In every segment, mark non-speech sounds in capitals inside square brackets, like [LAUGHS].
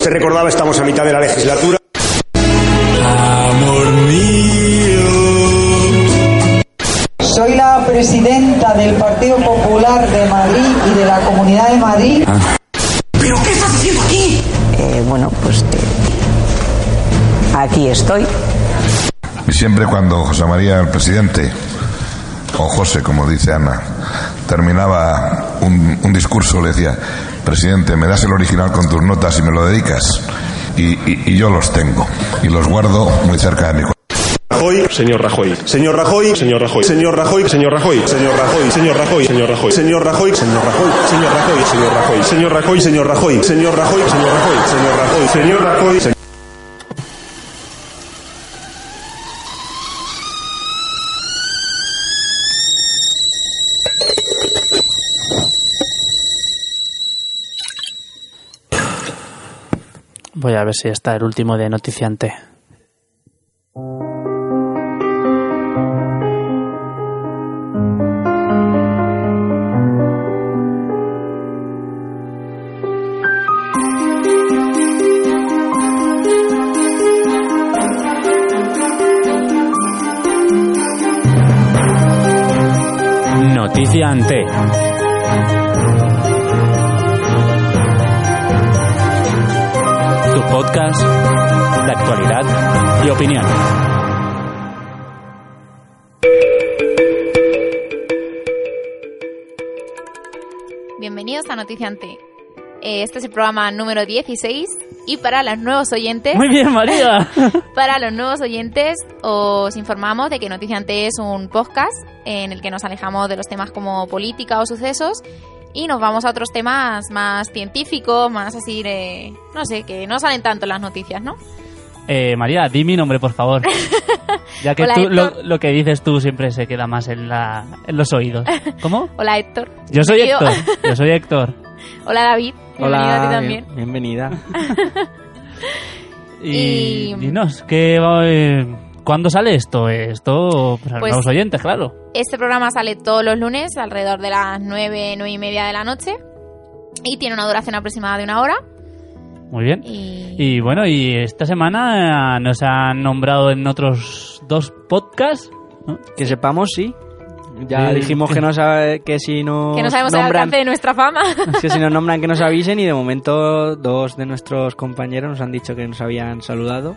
Se recordaba, estamos a mitad de la legislatura. Amor mío. Soy la presidenta del Partido Popular de Madrid y de la Comunidad de Madrid. Ah. ¿Pero qué estás haciendo aquí? Eh, bueno, pues eh, aquí estoy. Y siempre cuando José María, el presidente, o José, como dice Ana, terminaba un, un discurso, le decía, presidente, me das el original con tus notas y me lo dedicas. Y, y, y yo los tengo y los guardo muy cerca de mi corazón. Rajoy, señor Rajoy, señor Rajoy, señor Rajoy, señor Rajoy, señor Rajoy, señor Rajoy, señor Rajoy, señor Rajoy, señor Rajoy, señor Rajoy, señor Rajoy, señor Rajoy, señor Rajoy, señor Rajoy, señor Rajoy, señor Rajoy, señor Rajoy, señor Rajoy, señor Voy a ver si está el último de noticiante. Noticiante. Tu podcast de actualidad y opinión. Bienvenidos a Noticiante. Eh, Este es el programa número 16 y para los nuevos oyentes... Muy bien, María. Para los nuevos oyentes, os informamos de que Noticiante es un podcast en el que nos alejamos de los temas como política o sucesos y nos vamos a otros temas más científicos, más así de. No sé, que no salen tanto en las noticias, ¿no? [LAUGHS] Eh, María, di mi nombre, por [LAUGHS] favor. Ya que Hola, tú, lo, Héctor. lo que dices tú siempre se queda más en, la, en los [LAUGHS] oídos. ¿Cómo? Hola Héctor. Yo soy Bienvenido. Héctor. [LAUGHS] Yo soy Héctor. Hola David. Bienvenido a ti también. bien- bienvenida. Y, Y- dinos, ¿qué, va- eh, ¿cuándo sale esto? Esto para Pues- los oyentes, claro. Este programa sale todos los lunes alrededor de las 9, 9 y media de la noche y tiene una duración aproximada de una hora. Muy bien. Y, Y bueno, y esta semana eh, nos han nombrado en otros dos podcasts. ¿no? Que sepamos, sí. Ya Eh, dijimos que no sabe, que si nos que no sabemos el nombran, alcance de nuestra fama. que si nos nombran que nos avisen y de momento dos de nuestros compañeros nos han dicho que nos habían saludado.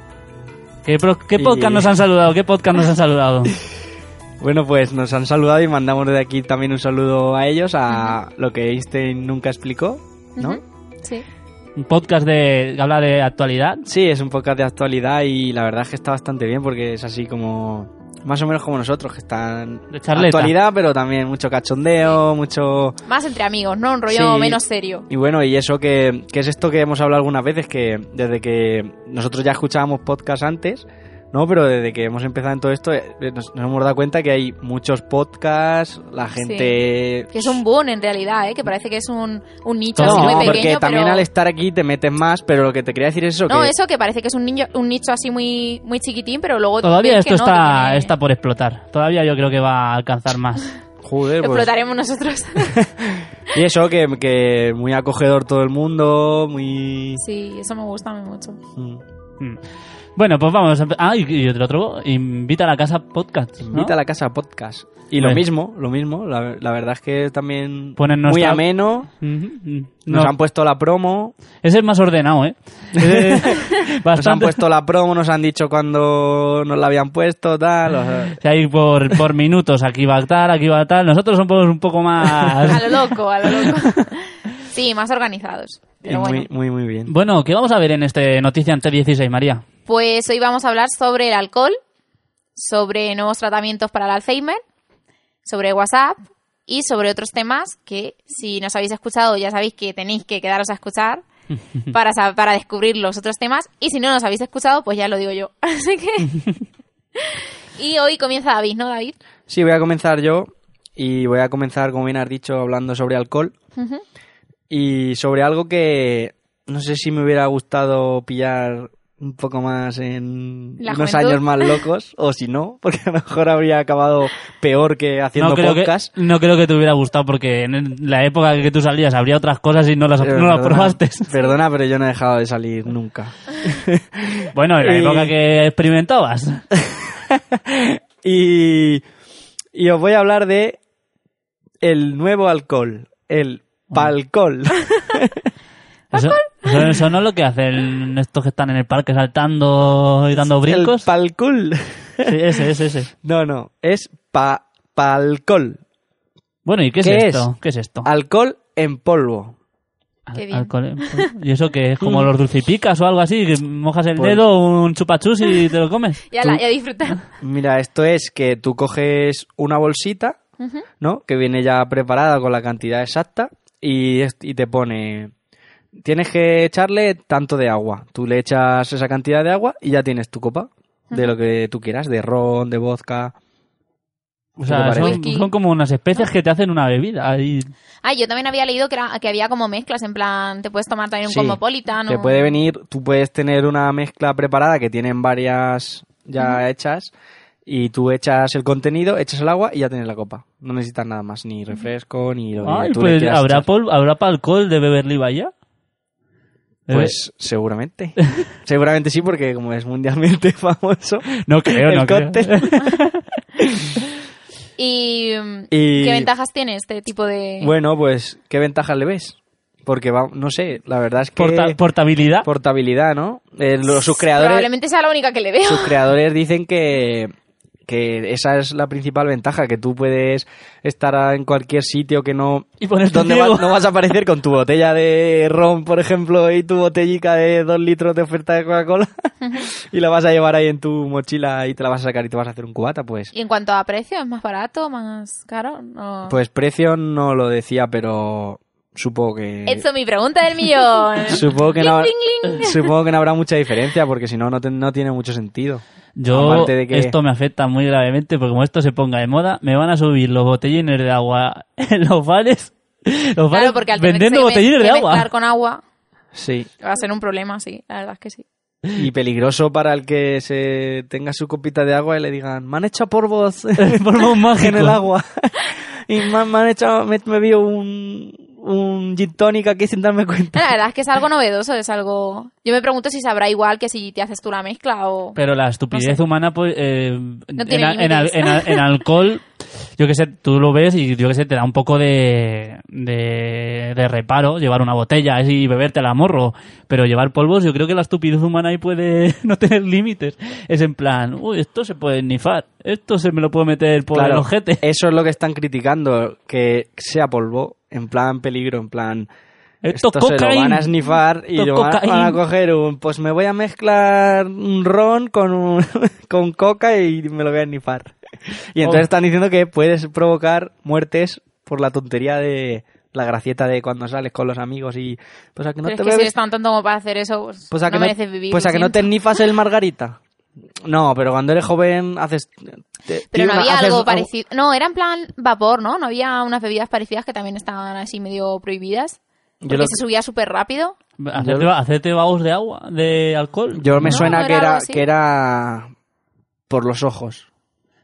¿Qué, pro- qué podcast Y- nos han saludado? ¿Qué podcast nos han saludado? Bueno, pues nos han saludado y mandamos de aquí también un saludo a ellos, a lo que Einstein nunca explicó, [LAUGHS] ¿no? Ujú, Sí. Un podcast de, que habla de actualidad. Sí, es un podcast de actualidad y la verdad es que está bastante bien porque es así como... Más o menos como nosotros, que están... De charleta. Actualidad, pero también mucho cachondeo, mucho... Más entre amigos, ¿no? Un rollo Sí. menos serio. Y bueno, y eso que, que es esto que hemos hablado algunas veces, que desde que nosotros ya escuchábamos podcast antes, ¿no? Pero desde que hemos empezado en todo esto, eh, nos, nos hemos dado cuenta que hay muchos podcasts, la Sí. gente... Que es un boom en realidad, ¿eh? Que parece que es un, un nicho No, así No, muy pequeño. porque también pero- al estar aquí te metes más, pero lo que te quería decir es eso, No, que eso que parece que es un niño, un nicho así muy, muy chiquitín, pero luego Todavía ves que esto no, está, que tiene- está por explotar. Todavía yo creo que va a alcanzar más. joder, lo pues- explotaremos nosotros. [LAUGHS] y eso que, que muy acogedor todo el mundo, muy... sí, eso me gusta a mí mucho. Mm. Mm. Bueno, pues vamos. a empe- Ah, y, y otro, otro. Invita a la casa podcast. ¿no? Invita a la casa podcast. Y Bueno. lo mismo, lo mismo, la, la verdad es que también Pues Ponen muy nuestra- ameno, Ujú, mm. nos No, han puesto la promo, Ese es más ordenado, [LAUGHS] ¿eh? Ese- Nos han Bastante. puesto la promo, nos han dicho cuando nos la habían puesto, tal. o sea, Si hay por, por minutos, aquí va tal, aquí va tal. Nosotros somos un poco A [LAUGHS] más. lo loco, a lo loco. Sí, más organizados. y Pero bueno. muy, muy, muy bien. Bueno, ¿qué vamos a ver en este Noticia Ante 16, María? Pues hoy vamos a hablar sobre el alcohol, sobre nuevos tratamientos para el Alzheimer, sobre WhatsApp y sobre otros temas que si nos habéis escuchado ya sabéis que tenéis que quedaros a [LAUGHS] escuchar para, sa- para descubrir los otros temas y si no nos habéis escuchado pues ya lo digo yo. [LAUGHS] Así [LAUGHS] que... Y hoy comienza David, ¿no, David? Sí, voy a comenzar yo y voy a comenzar, como bien has dicho, hablando sobre alcohol Ujú. y sobre algo que no sé si me hubiera gustado pillar un poco más en La unos juventud. [LAUGHS] años más locos, o si no, porque a lo mejor habría acabado peor que haciendo no creo podcast. Que, no creo que te hubiera gustado porque en la época que tú salías habría otras cosas y no las, Pero no las perdona- [LAUGHS] probaste. Perdona, pero yo no he dejado de salir nunca. Bueno, en la Y- época que [LAUGHS] experimentabas. y, y os voy a hablar de el nuevo alcohol, el palcol. [LAUGHS] Eso, eso, eso no es lo que hacen estos que están en el parque saltando y dando el brincos. palcol. Sí, ese, ese, ese. [LAUGHS] No, no, es pa palcol. Bueno, ¿y qué es ¿Qué esto? es? Ah, ¿Qué es esto? Alcohol en polvo. Al- Qué bien. alcohol en polvo. ¿Y eso que es como los dulcipicas o algo así? Que mojas el Mm. Pues- dedo, un chupachus y te lo comes. Ya, la, ya disfrutar. Mira, esto es que tú coges una bolsita, ¿no? Que viene ya preparada con la cantidad exacta y, es- y te pone... Tienes que echarle tanto de agua. Tú le echas esa cantidad de agua y ya tienes tu copa de lo que tú quieras, de ron, de vodka. O ¿Qué sea, te son, parece? Whisky. son como unas especies que te hacen una bebida. ahí. Ah, yo también había leído que, era- que había como mezclas, en plan, te puedes tomar también un Sí, cosmopolitan. Te o- puede venir, tú puedes tener una mezcla preparada que tienen varias ya hechas y tú echas el contenido, echas el agua y ya tienes la copa. No necesitas nada más, ni refresco, ni lo que Ay, tú le pues quieras ¿habrá, echar. pol- ¿habrá alcohol de Beverly ¿Eh? Bahía? Debe- Pues [LAUGHS] seguramente. seguramente sí, porque como es mundialmente [LAUGHS] famoso. No creo, el no creo. [LAUGHS] cóctel. ¿Y, mm, Y- qué ventajas tiene este tipo de...? bueno, pues, ¿qué ventajas le ves? Porque, va, no sé, la verdad es que... Porta- portabilidad. portabilidad, ¿no? Eh, los- sus creadores... Probablemente sea la única que le veo. [LAUGHS] sus creadores dicen que, que esa es la principal ventaja, que tú puedes estar en cualquier sitio [LAUGHS] que no... Y ponerte donde ciego. va- no vas a aparecer con tu botella de ron, por ejemplo, y tu botellica de dos litros de oferta [LAUGHS] de Coca-Cola, y la vas a llevar ahí en tu mochila y te la vas a sacar y te vas a hacer un cubata, pues... Y en cuanto a precio, ¿es más barato, más caro? No. Pues precio no lo decía, pero supongo que... Eso, mi pregunta del millón. [LAUGHS] Supongo que, Cling, no, cling, cling. supongo que no habrá mucha diferencia, porque si no, no, te- no tiene mucho sentido. Yo, Aparte de que- esto me afecta muy gravemente porque como esto se ponga de moda, me van a subir los botellines de agua [LAUGHS] en los bares. Los bares Claro, porque al tener vendiendo que me- botellines que de mezclar agua. con agua Sí, va a ser un problema, sí. La verdad es que sí. Y peligroso para el que se tenga su copita de agua y le digan, me han hecho [LAUGHS] porvos Polvo mágico. en el agua. y me, han- me han hecho, me, me vio un, un gin tonic aquí sin darme cuenta. La verdad es que es algo novedoso, es algo... Yo me pregunto si sabrá igual que si te haces tú la mezcla o... Pero la estupidez No sé. humana, pues, eh, en, tiene a- en a- límites. en a- [LAUGHS] en alcohol, yo que sé, tú lo ves y yo que sé, te da un poco de, de, de reparo llevar una botella y beberte la morro. Pero llevar polvos, yo creo que la estupidez humana ahí puede [LAUGHS] no tener límites. Es en plan, uy, esto se puede nifar, esto se me lo puedo meter por el ojete. eso es lo que están criticando, que sea polvo, en plan peligro, en plan... Esto, se lo van cocaína. a snifar y Esto lo van, cocaína. van a coger un... Pues me voy a mezclar un ron con, un- [LAUGHS] con coca y me lo voy a snifar. Y entonces Oh. están diciendo que puedes provocar muertes por la tontería de la gracieta de cuando sales con los amigos y... Pues a que no Pero es te que si bebes... eres tan tonto como para hacer eso, pues, pues a no que no, mereces vivir. pues a lo que no te siento. snifas el margarita. No, pero cuando eres joven haces... te- Pero no tienes- había haces algo parecido... No, era en plan vapor, ¿no? No había unas bebidas parecidas que también estaban así medio prohibidas. Yo Porque lo se subía súper rápido. Hacerte, Yo- hacerte vaos de agua, de alcohol. Yo me No, suena no que, era algo era, así. que era por los ojos.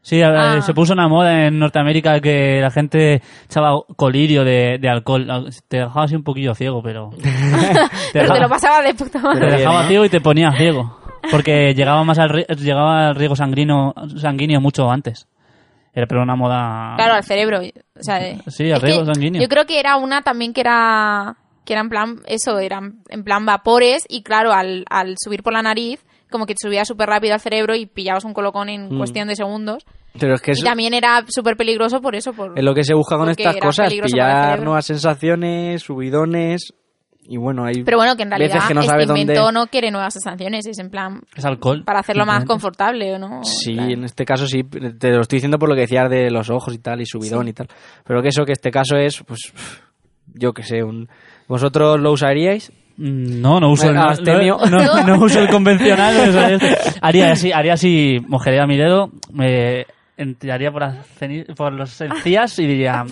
Sí, a ver, Ah. se puso una moda en Norteamérica que la gente echaba colirio de, de alcohol. Ah, Te dejaba así un poquillo ciego, pero... te [LAUGHS] Pero dejaba- te lo pasaba de puta madre. te bien, dejaba ¿no? ciego y te ponía ciego. Porque llegaba más al, ri- llegaba al riego sanguíneo, sanguíneo mucho antes. Era pero una moda... Claro, al cerebro. O sea, eh, Sí, al es riego que sanguíneo. Yo creo que era una también que era que era en plan eso, eran en plan vapores y claro, al, al subir por la nariz como que te subía súper rápido al cerebro y pillabas un colocón en Mm. cuestión de segundos. Pero es que Y eso- también era súper peligroso por eso, por Es lo que se busca con Porque estas era cosas, peligroso para el pillar cerebro. nuevas sensaciones, subidones y bueno, hay Pero bueno, que en realidad veces que no este sabes dónde... invento no quiere nuevas sensaciones, es en plan Es alcohol. para hacerlo más simplemente. confortable o no. Sí, En plan. en este caso sí, te lo estoy diciendo por lo que decías de los ojos y tal, y subidón y tal. Pero que eso que este caso es, pues, yo que sé, un... ¿Vosotros lo usaríais? Mm, No, no uso el, Bueno, no, abstemio. no- no uso el convencional. o sea, este. haría así, haría así, mojaría mi dedo, me entraría por, las ceni- por los encías y diría,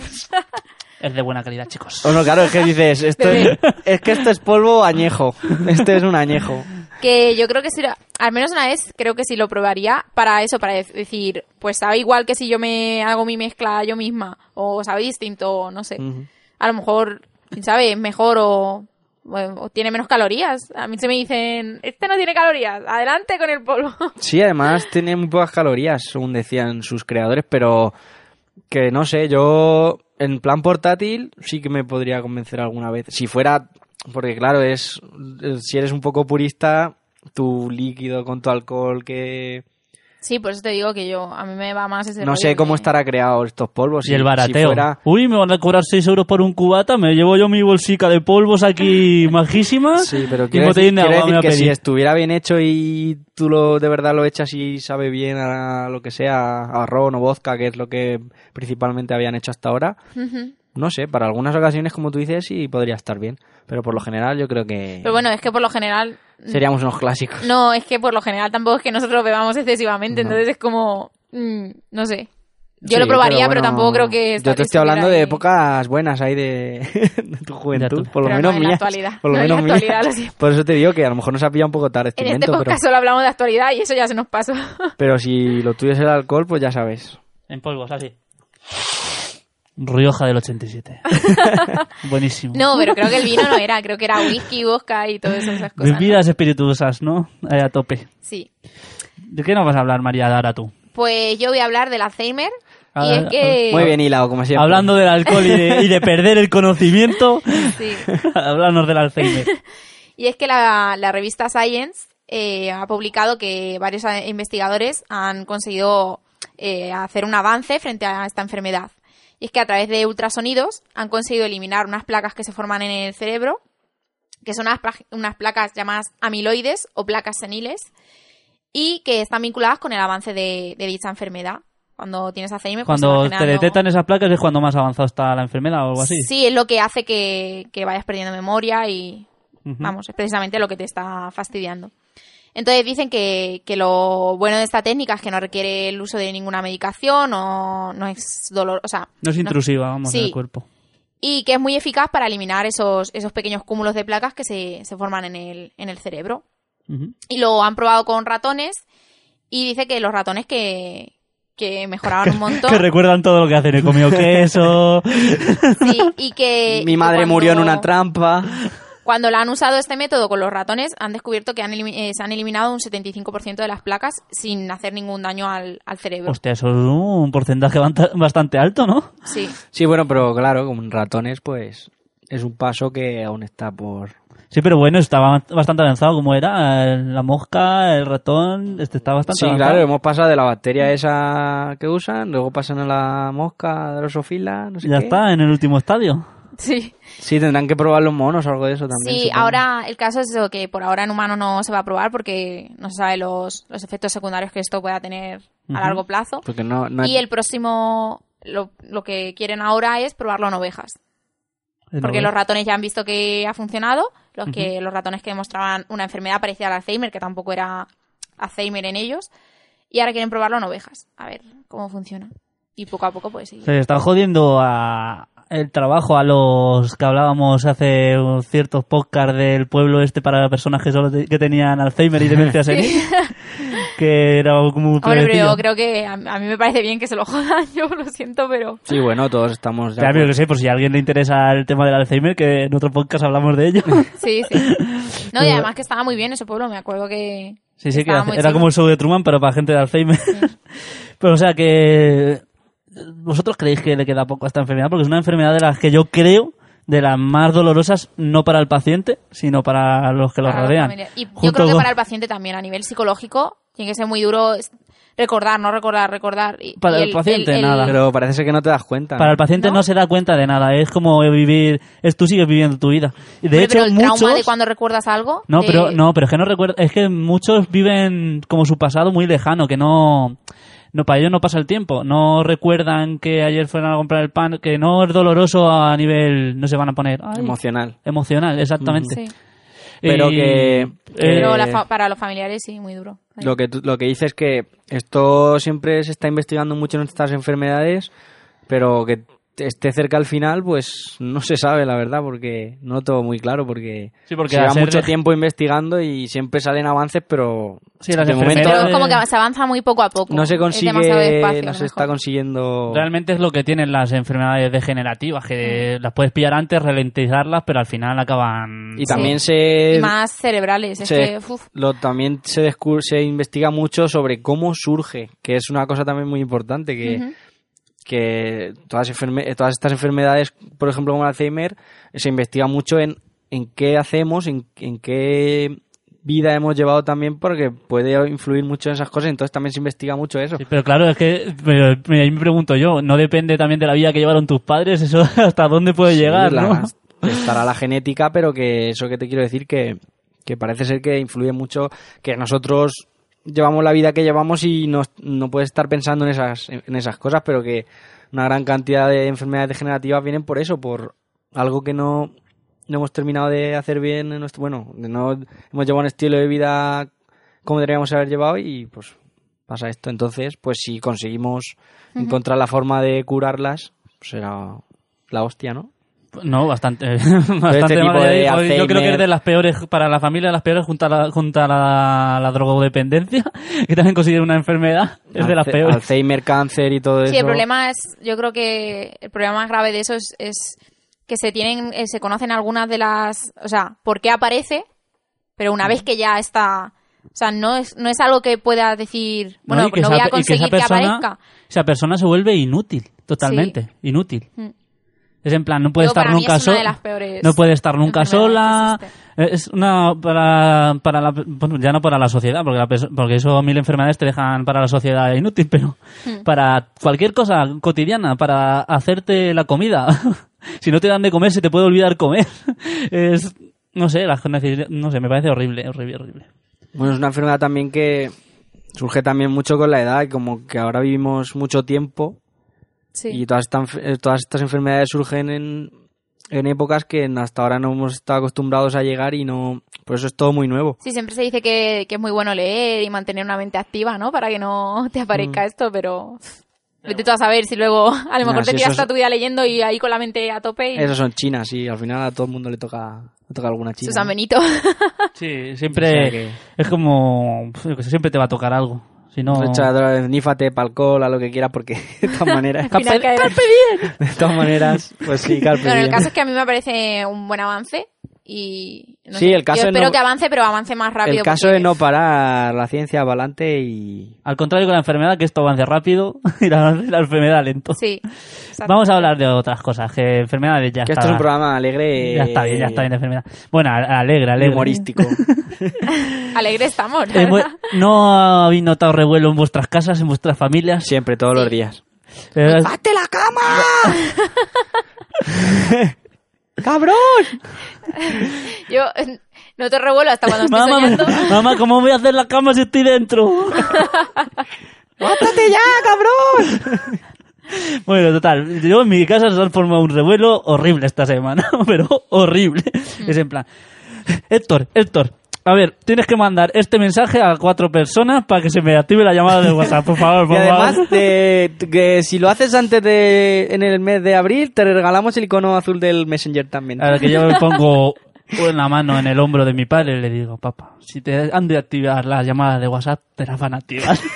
es de buena calidad, chicos. [LAUGHS] [LAUGHS] O no, claro, es que dices, esto es, es que esto es polvo añejo, este es un añejo. que yo creo que si, al menos una vez, creo que sí lo probaría para eso, para dec- decir, pues sabe igual que si yo me hago mi mezcla yo misma, o sabe distinto, o no sé. Ujú. A lo mejor, quién sabe, es mejor o, o- o tiene menos calorías. A mí se me dicen, este no tiene calorías, adelante con el polvo. [LAUGHS] Sí, además tiene muy pocas calorías, según decían sus creadores, pero que no sé, yo en plan portátil sí que me podría convencer alguna vez. Si fuera, porque claro, es si eres un poco purista, tu líquido con tu alcohol que sí, por eso te digo que yo, a mí me va más ese no sé rollo cómo de- estará creado estos polvos. y el Si- barateo. Si fuera, Uy, me van a cobrar 6 euros por un cubata. Me llevo yo mi bolsica de polvos aquí majísimas. Sí, pero y quiero decir, botellín de quiero agua decir me voy a que si pedir. estuviera bien hecho y tú lo de verdad lo echas y sabe bien a lo que sea, a ron o vodka, que es lo que principalmente habían hecho hasta ahora, Ujú. no sé, para algunas ocasiones, como tú dices, sí podría estar bien. Pero por lo general yo creo que Pero bueno, es que por lo general seríamos unos clásicos. No, es que por lo general tampoco es que nosotros bebamos excesivamente, No. entonces es como, mm, no sé. Yo Sí, lo probaría, pero, bueno, tampoco creo que... Yo te estoy estuviera hablando de ahí. épocas buenas ahí de, [LAUGHS] de tu juventud, por lo Pero no menos en la mía. actualidad. Por lo No en la menos mía. actualidad, lo siento. Por eso te digo que a lo mejor nos ha pillado un poco tarde este En este invento, podcast solo hablamos de actualidad y eso ya se nos [LAUGHS] pasó. pero, pero si lo tuyo es el alcohol, pues ya sabes. En polvos, así. Rioja del [LAUGHS] 87. Buenísimo. No, pero creo que el vino no era, creo que era whisky, vodka y todas esas cosas. ¿no? Bebidas espirituosas, ¿no? Ahí a tope. Sí. ¿De qué nos vas a hablar, María, ahora tú? Pues yo voy a hablar del Alzheimer y Ah, es que... Muy bien hilado, como siempre. Hablando del alcohol y de, y de perder el [LAUGHS] conocimiento, Sí. háblanos del Alzheimer. Y es que la, la revista Science eh, ha publicado que varios eh, investigadores han conseguido eh, hacer un avance frente a esta enfermedad. Y es que a través de ultrasonidos han conseguido eliminar unas placas que se forman en el cerebro, que son unas, pla- unas placas llamadas amiloides o placas seniles, y que están vinculadas con el avance de, de dicha enfermedad. Cuando tienes Alzheimer, pues, se va Cuando te generando- detectan esas placas es cuando más avanzado está la enfermedad o algo así. Sí, es lo que hace que, que vayas perdiendo memoria y, Ujú. Vamos, es precisamente lo que te está fastidiando. Entonces dicen que, que lo bueno de esta técnica es que no requiere el uso de ninguna medicación o no es dolor, o sea, No es intrusiva, vamos, Sí. en el cuerpo. y que es muy eficaz para eliminar esos, esos pequeños cúmulos de placas que se, se forman en el, en el cerebro. Ujú. Y lo han probado con ratones y dice que los ratones que, que mejoraban un [LAUGHS] montón Que recuerdan todo lo que hacen, he comido [LAUGHS] queso. sí, y que... Mi Eh, y madre cuando- murió en una trampa. Cuando la han usado este método con los ratones, han descubierto que han elimi- eh, se han eliminado un 75% de las placas sin hacer ningún daño al, al cerebro. Hostia, eso es un porcentaje banta- bastante alto, ¿no? Sí. Sí, bueno, pero claro, con ratones, pues es un paso que aún está por. Sí, pero bueno, estaba bastante avanzado como era. eh, La mosca, el ratón, este está bastante Sí, avanzado. claro, hemos pasado de la bacteria esa que usan, luego pasan a la mosca drosofila, no sé Ya qué. está, en el último estadio. Sí. Sí, tendrán que probar los monos o algo de eso también. Sí, supongo. ahora el caso es eso, que por ahora en humanos no se va a probar porque no se sabe los, los efectos secundarios que esto pueda tener a Ujú. largo plazo. Porque no, Pues no Y el próximo, lo, lo que quieren ahora es probarlo en ovejas. Porque los ratones ya han visto que ha funcionado. Los, que, los ratones que demostraban una enfermedad parecida al Alzheimer, que tampoco era Alzheimer en ellos. Y ahora quieren probarlo en ovejas. A ver cómo funciona. Y poco a poco, pues sí. Se está jodiendo a el trabajo a los que hablábamos hace ciertos podcasts del pueblo este para personas que solo te- que tenían Alzheimer y demencia senil. [LAUGHS] que era como un Hombre, pero pueblecillo. yo creo que a, a mí me parece bien que se lo jodan. [LAUGHS] Yo lo siento, pero. Sí, bueno, todos estamos. de Ya, pero acuerdo. que sé, por si a alguien le interesa el tema del Alzheimer, que en otro podcast hablamos de ello. Sí, [LAUGHS] sí. No, y además que estaba muy bien ese pueblo. Me acuerdo que. Sí, sí, que estaba muy era chulo. como el show de Truman, pero para gente de Alzheimer. [LAUGHS] pero o sea que... ¿Vosotros creéis que le queda poco a esta enfermedad? Porque es una enfermedad de las que yo creo de las más dolorosas, no para el paciente, sino para los que lo para la rodean. familia. Y yo Junto creo que con- para el paciente también, a nivel psicológico, tiene que ser muy duro es- recordar, no recordar, recordar. Y, Para y el paciente, nada. Pero parece ser que no te das cuenta. ¿no? Para el paciente no. ¿No? se da cuenta de nada, es como vivir, es tú sigues viviendo tu vida. Y de Hombre, hecho pero el muchos trauma de cuando recuerdas algo. No, de- pero no, pero es que no recuerdo, es que muchos viven como su pasado muy lejano, que no no para ellos no pasa el tiempo, no recuerdan que ayer fueron a comprar el pan, que no es doloroso a nivel, no se van a poner ay, Emocional. emocional, exactamente. Eh, Sí. Pero que- Pero Eh, la fa- para los familiares sí, muy duro. Ahí. Lo que, tú- lo que dice es que esto siempre se está investigando mucho en estas enfermedades, pero que esté cerca al final, pues no se sabe, la verdad, porque no lo tengo muy claro, porque, Sí, porque se al lleva ser mucho de- tiempo investigando y siempre salen avances, pero Sí, las de momento Pero enfermeras- es como que se avanza muy poco a poco. no se Es demasiado consigue, despacio, a no lo se está mejor. consiguiendo... Realmente es lo que tienen las enfermedades degenerativas, que Mm. las puedes pillar antes, ralentizarlas, pero al final acaban... Y también Sí. se... Y más cerebrales. Es se- que, uf, lo, también se, descu- se investiga mucho sobre cómo surge, que es una cosa también muy importante, que, ujú. que todas, enferme- todas estas enfermedades, por ejemplo, como el Alzheimer, se investiga mucho en, en qué hacemos, en, en qué vida hemos llevado también, porque puede influir mucho en esas cosas, entonces también se investiga mucho eso. Sí, pero claro, es que pero, mira, ahí me pregunto yo, ¿no depende también de la vida que llevaron tus padres? ¿Eso [LAUGHS] hasta dónde puede llegar? Sí, la- ¿no? Estará la genética, pero que eso que te quiero decir que, que parece ser que influye mucho, que nosotros llevamos la vida que llevamos y no, no puedes estar pensando en esas, en esas cosas, pero que una gran cantidad de enfermedades degenerativas vienen por eso, por algo que no, no hemos terminado de hacer bien en nuestro, bueno, no hemos llevado un estilo de vida como deberíamos haber llevado y pues pasa esto. Entonces, pues si conseguimos encontrar la forma de curarlas, pues será la hostia, ¿no? No, bastante. [LAUGHS] bastante Este tipo mal. de Yo- Yo creo que Alzheimer. es de las peores, para la familia, de las peores, junto a la, junto a la, la drogodependencia, [LAUGHS] que también considera una enfermedad, es de las Alce- peores. Alzheimer, cáncer y todo eso. Sí, el problema es, yo creo que el problema más grave de eso es, es que se tienen, eh, se conocen algunas de las, o sea, por qué aparece, pero una Mm. vez que ya está, o sea, no es, no es algo que pueda decir, ¿no? bueno, pues Y que no voy esa- a y que conseguir esa que, persona, aparezca. Esa persona se vuelve inútil, totalmente, inútil. Mm. Es en plan, no puede Yo, estar para mí nunca es una de sola. las peores No puede estar nunca sola. Eh, enfermedades que existen. Es una para, para la, bueno, ya no para la sociedad, porque, la perso- porque eso mil enfermedades te dejan para la sociedad inútil, pero Mm. para cualquier cosa cotidiana, para hacerte la comida. [LAUGHS] si no te dan de comer, se te puede olvidar comer. [LAUGHS] es, no sé, las necesidades- no sé, me parece horrible, horrible, horrible. Bueno, es una enfermedad también que surge también mucho con la edad, como que ahora vivimos mucho tiempo Sí. y todas estas, eh, todas estas enfermedades surgen en, en épocas que hasta ahora no hemos estado acostumbrados a llegar y no... Por eso es todo muy nuevo. Sí, siempre se dice que, que es muy bueno leer y mantener una mente activa, ¿no? Para que no te Mm. aparezca esto, pero pff, vete tú a saber si luego a lo mejor Nah, te si tiras eso es- toda tu vida leyendo y ahí con la mente a tope y Esas son chinas y al final a todo el mundo le toca, le toca alguna china. Susan ¿no? Benito. [LAUGHS] Sí, O siempre sea que- es como, yo qué sé, siempre te va a tocar algo. Si no, Pues Echa, nífate, palcol, a lo que quieras, porque [LAUGHS] de todas maneras... Al final cae- [LAUGHS] De todas maneras, pues sí, Carpe Bueno, el diem. caso es que a mí me parece un buen avance y no Sí, sé, el yo caso es espero no- que avance, pero avance más rápido. El caso porque- es no parar, la ciencia va adelante y... al contrario que la enfermedad, que esto avance rápido [LAUGHS] y la, la enfermedad lento. [LAUGHS] Sí. exacto. Vamos a hablar de otras cosas, que enfermedades ya Que está. esto es un programa alegre. Ah. Ya está bien, ya está bien de enfermedad. Bueno, a- alegre, y alegre. [LAUGHS] Humorístico. Alegre estamos. la Hemos- verdad. ¿No habéis notado revuelo en vuestras casas, en vuestras familias? [LAUGHS] Siempre, todos los días. Eh, ¡Hazte la cama! ¡Cabrón! Pues Yo [LAUGHS] eh, no te revuelo hasta [LAUGHS] cuando estoy mamá, soñando. me- [LAUGHS] mamá, ¿cómo voy a hacer la cama si estoy dentro? ¡Máttate ya, cabrón! [LAUGHS] Bueno, total, yo en mi casa se ha formado un revuelo horrible esta semana, [LAUGHS] pero horrible. Mm. Es en plan, Héctor, Héctor, a ver, tienes que mandar este mensaje a cuatro personas para que se me active la llamada de WhatsApp, por favor, Y por además, favor. de, que si lo haces antes de en el mes de abril, te regalamos el icono azul del Messenger también. A ver, que yo me pongo en la mano en el hombro de mi padre y le digo, papá, si te han de activar las llamadas de WhatsApp, te las van a activar. [LAUGHS]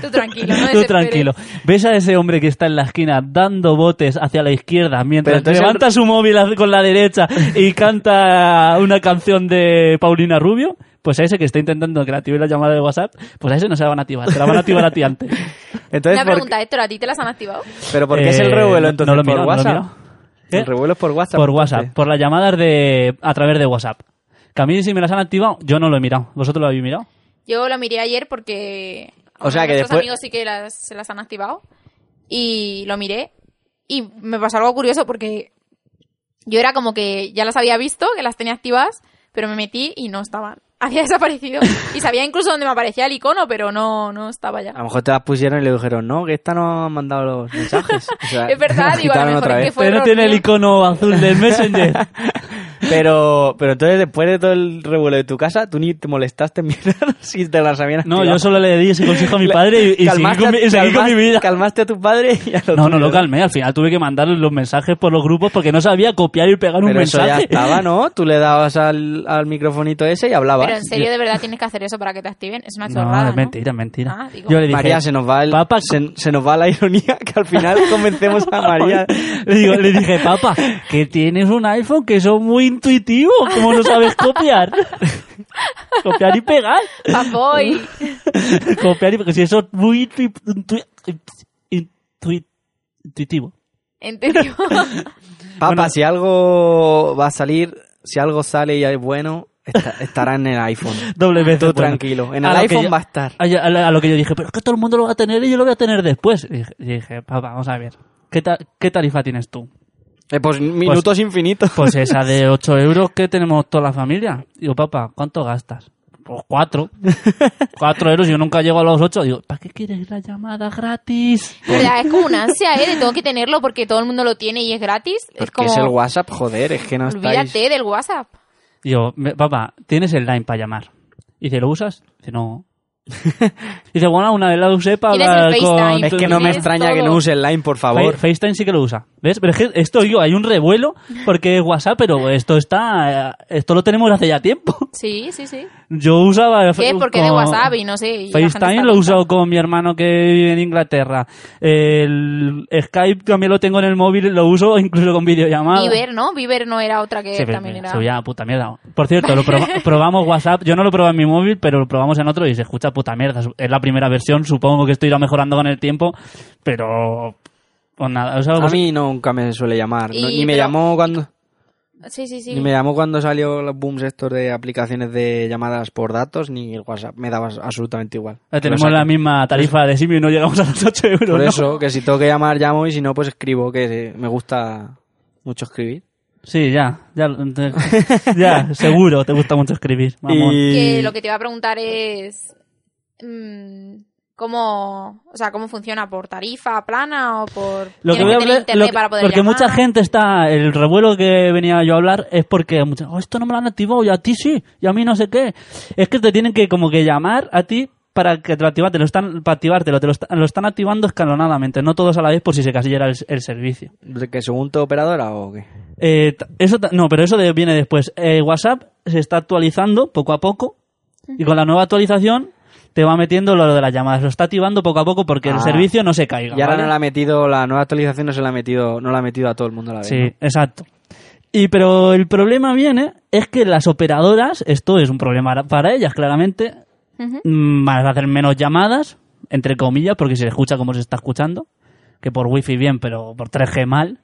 Tú tranquilo, no Tú desesperes. tranquilo. ¿Ves a ese hombre que está en la esquina dando botes hacia la izquierda Pero mientras entonces levanta su móvil hacia- con la derecha y canta una canción de Paulina Rubio? Pues a ese que está intentando que le active la llamada de WhatsApp, pues a ese no se la van a activar, te la van a activar a ti [LAUGHS] antes. Entonces, Una ¿por- pregunta, Héctor, ¿a ti te las han activado? ¿Pero por qué es el Eh, revuelo no- entonces? no lo ¿Por miro, no lo WhatsApp? miro. ¿Eh? ¿Qué? El revuelo es por WhatsApp. Por entonces. WhatsApp, por las llamadas de a través de WhatsApp. Que a mí si me las han activado, yo no lo he mirado. ¿Vosotros lo habéis mirado? Yo lo miré ayer porque O sea, que nuestros después- amigos sí que las, se las han activado y lo miré y me pasó algo curioso porque yo era como que ya las había visto, que las tenía activas, pero me metí y no estaban. [LAUGHS] Había desaparecido y sabía incluso dónde me aparecía el icono, pero no, no estaba ya. A lo mejor te las pusieron y le dijeron, no, que esta no ha mandado los mensajes. O sea, [LAUGHS] Es verdad, las [LAUGHS] digo, a lo quitaron mejor otra es que vez. Fue Pero no error tiene el mío. [LAUGHS] icono azul del Messenger. Pero, pero entonces, después de todo el revuelo de tu casa, tú ni te molestaste en mirar [LAUGHS] si te las habían No, yo activado? solo le di ese consejo a mi padre y, y seguí, Calmaste con mi, a- y seguí con mi calmas- vida. Calmaste a tu padre y a lo No, no tuyo. lo calmé. Al final tuve que mandar los mensajes por los grupos porque no sabía copiar y pegar un Pero eso mensaje. ya estaba, ¿no? Tú le dabas al, al microfonito ese y hablabas. Pero en serio, de verdad tienes que hacer eso para que te activen. Es [LAUGHS] una No, chorrada. es mentira, es mentira. Ah, digo. yo le dije, María, se nos va el, Papá, se, se nos va la ironía que [LAUGHS] al final convencemos a María. le, digo, le dije, papá, que tienes un iPhone que son muy intuitivos, como no sabes copiar. [LAUGHS] copiar y pegar. [LAUGHS] Papoy. copiar y pegar. Si eso es muy intu- intu- intu- intuitivo. [LAUGHS] Entendido. [LAUGHS] Papá, si algo va a salir, si algo sale y es bueno, está- estará en el iPhone. Doble vez. Ah, Tú bueno. tranquilo, en A el lo que iPhone yo- va a estar. A, yo- a lo- a lo que yo dije, pero es que todo el mundo lo va a tener y yo lo voy a tener después. Y dije, y dije, papá, vamos a ver, ¿qué, ta- qué tarifa tienes tú? Eh, pues minutos infinitos. Pues esa de 8 euros que tenemos toda la familia. Digo, papá, ¿cuánto gastas? Pues [LAUGHS] 4. 4 euros, yo nunca llego a los 8. Digo, ¿para qué quieres la llamada gratis? O sea, es como una ansia, ¿eh? De tengo que tenerlo porque todo el mundo lo tiene y es gratis. es [LAUGHS] Porque como. es el WhatsApp, joder, es que no estáis... Olvídate del WhatsApp. Digo, "Me- papá, tienes el line para llamar. Dice, ¿lo usas? Dice, no. [LAUGHS] Dice, bueno, una vez la usé para Tienes hablar el con... FaceTime. Es que no me Tienes extraña todo. que no use el Line, por Fa- favor. FaceTime sí que lo usa. ¿Ves? Pero es que esto, digo, hay un revuelo porque es WhatsApp, pero esto está... eh, Esto lo tenemos hace ya tiempo. [LAUGHS] Sí, sí, sí. Yo usaba... el ¿Qué? Facebook Porque de con- WhatsApp y no sé. y la gente FaceTime lo está he tonta. usado con mi hermano que vive en Inglaterra. El Skype también lo tengo en el móvil, lo uso incluso con videollamadas. Bieber, ¿no? Bieber no era otra que Sí, pero- también era. se oía a puta mierda. Por cierto, lo proba- [LAUGHS] probamos WhatsApp. Yo no lo probé en mi móvil, pero lo probamos en otro y se escucha puta mierda. Es la primera versión, supongo que esto irá mejorando con el tiempo, pero. Pues nada, o sea, A pues- mí nunca me suele llamar. Y- no- ni me pero- llamó cuando... Sí, sí, sí. Ni me llamó cuando salió los booms estos de aplicaciones de llamadas por datos, ni el WhatsApp. Me daba absolutamente igual. ya Lo Ah, tenemos saqué. la misma tarifa de Simio y no llegamos a los 8 euros. Por ¿no? eso, que si tengo que llamar, llamo y si no, pues escribo, que eh, me gusta mucho escribir. Sí, ya, [LAUGHS] ya, ya, seguro, te gusta mucho escribir. mamón. Y- que lo que te iba a preguntar es mm, cómo o sea cómo funciona por tarifa plana o por Lo que tienes voy a tener hablar- internet lo- para poder porque llamar? mucha gente está el revuelo que venía yo a hablar es porque mucha, "Oh, esto no me lo han activado y a ti sí y a mí no sé qué es que te tienen que como que llamar a ti para que te lo activan, te lo están para activártelo, te lo, está- lo están activando escalonadamente no todos a la vez por si se casillera el, el servicio ¿De ¿Que según tu operadora o qué? Eh, t- eso ta- no pero eso de- viene después Eh, WhatsApp se está actualizando poco a poco y con la nueva actualización te va metiendo lo de las llamadas lo está activando poco a poco porque Ah. el servicio no se caiga Y ahora ¿vale? no la ha metido, la nueva actualización no se la ha metido, no la ha metido a todo el mundo a la vez. Sí, ¿no? exacto. Y pero el problema viene es que las operadoras, esto es un problema para ellas, claramente, Ujú. mm, van a hacer menos llamadas, entre comillas, porque se escucha como se está escuchando, que por wifi bien, pero por 3G mal.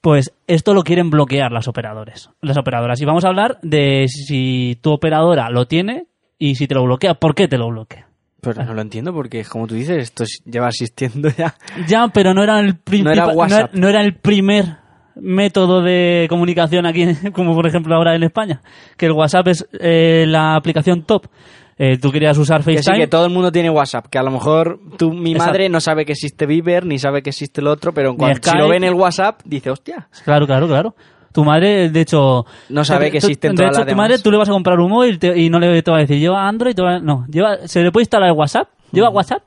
Pues esto lo quieren bloquear las operadores, las operadoras. Y vamos a hablar de si tu operadora lo tiene y si te lo bloquea, ¿por qué te lo bloquea? Pero no lo entiendo porque, como tú dices, esto es- lleva existiendo [LAUGHS] ya. Ya, pero no era el No era principal- WhatsApp. no era el primer método de comunicación aquí, [LAUGHS] como por ejemplo ahora en España, que el WhatsApp es eh, la aplicación top. Eh, tú querías usar Que sí, FaceTime. que todo el mundo tiene WhatsApp, que a lo mejor tú, mi Exacto. madre no sabe que existe Viber, ni sabe que existe el otro, pero en Ni cuanto si Skype. lo ve en el WhatsApp, dice, hostia. Claro, claro, claro. Tu madre, de hecho... No sabe que tú- existen De todas hecho, las tu madre, demás. tú le vas a comprar un móvil te- y no le te va a decir, lleva Android, te va a- no, lleva, se le puede instalar el WhatsApp, lleva Mm. WhatsApp.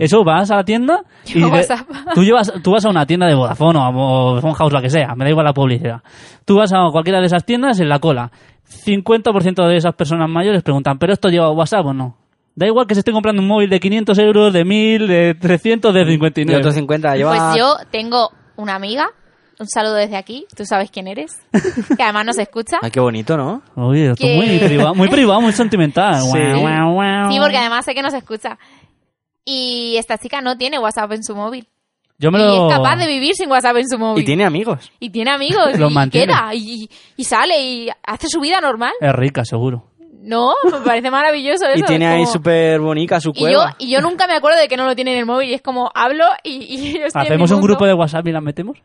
Eso, vas a la tienda y Lleva de- WhatsApp. tú, llevas, tú vas a una tienda de Vodafone o a Mo- Phone House, la que sea, me da igual la publicidad. Tú vas a cualquiera de esas tiendas en la cola. 50% de esas personas mayores preguntan, ¿pero esto lleva WhatsApp o no? Da igual que se esté comprando un móvil de 500 euros, de 1000, de 300, de Y 59. otros ah, 50 lleva... pues yo tengo una amiga un saludo desde aquí tú sabes [LAUGHS] quién eres que además nos escucha Ay, ah, qué bonito, ¿no? Oye, esto es muy Que- privado, muy privado, muy [LAUGHS] sentimental. Sí. Guau, guau, guau. sí porque además sé que nos escucha y esta chica no tiene WhatsApp en su móvil Yo me y lo... es capaz de vivir sin WhatsApp en su móvil Y tiene amigos. Y tiene [LAUGHS] amigos Los y mantiene. queda y, y sale y hace su vida normal Es rica, seguro. no me parece maravilloso eso [LAUGHS] Y tiene es ahí como- súper bonita su Y yo, cueva. y yo nunca me acuerdo de que no lo tiene en el móvil. Y es como hablo y, y [LAUGHS] yo estoy en Hacemos mi un mundo. grupo de WhatsApp y la metemos.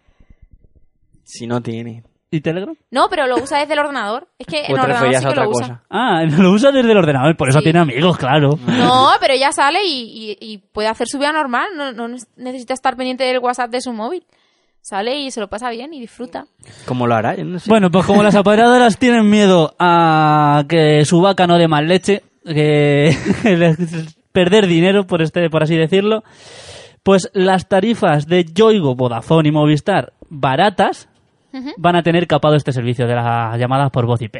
Si no tiene. ¿Y Telegram? No, pero lo usa desde el ordenador. Es que en O te ordenador referías sí a que otra lo usa. cosa. Ah, [LAUGHS] lo usa desde el ordenador, por eso Sí. tiene amigos, claro. [LAUGHS] No, pero ya sale y, y- y puede hacer su vida normal. No, no necesita estar pendiente del WhatsApp de su móvil. sale y se lo pasa bien y disfruta. Como lo hará, yo no sé. Bueno, pues como las apoderadoras tienen miedo a que su vaca no dé más leche, que [LAUGHS] les- perder dinero, por, este, por así decirlo, pues las tarifas de Yoigo, Vodafone y Movistar baratas van a tener capado este servicio de las llamadas por voz IP.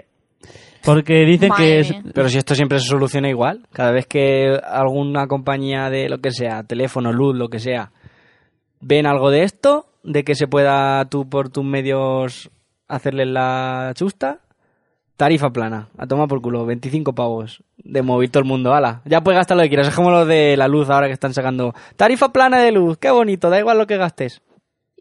Porque dicen que... Madre es- mía. Pero si esto siempre se soluciona igual, cada vez que alguna compañía de lo que sea, teléfono, luz, lo que sea, ven algo de esto, de que se pueda tú por tus medios hacerles la chusta, tarifa plana, a tomar por culo, 25 pavos de mover todo el mundo, ala, ya puedes gastar lo que quieras, es como lo de la luz ahora que están sacando, tarifa plana de luz, qué bonito, da igual lo que gastes.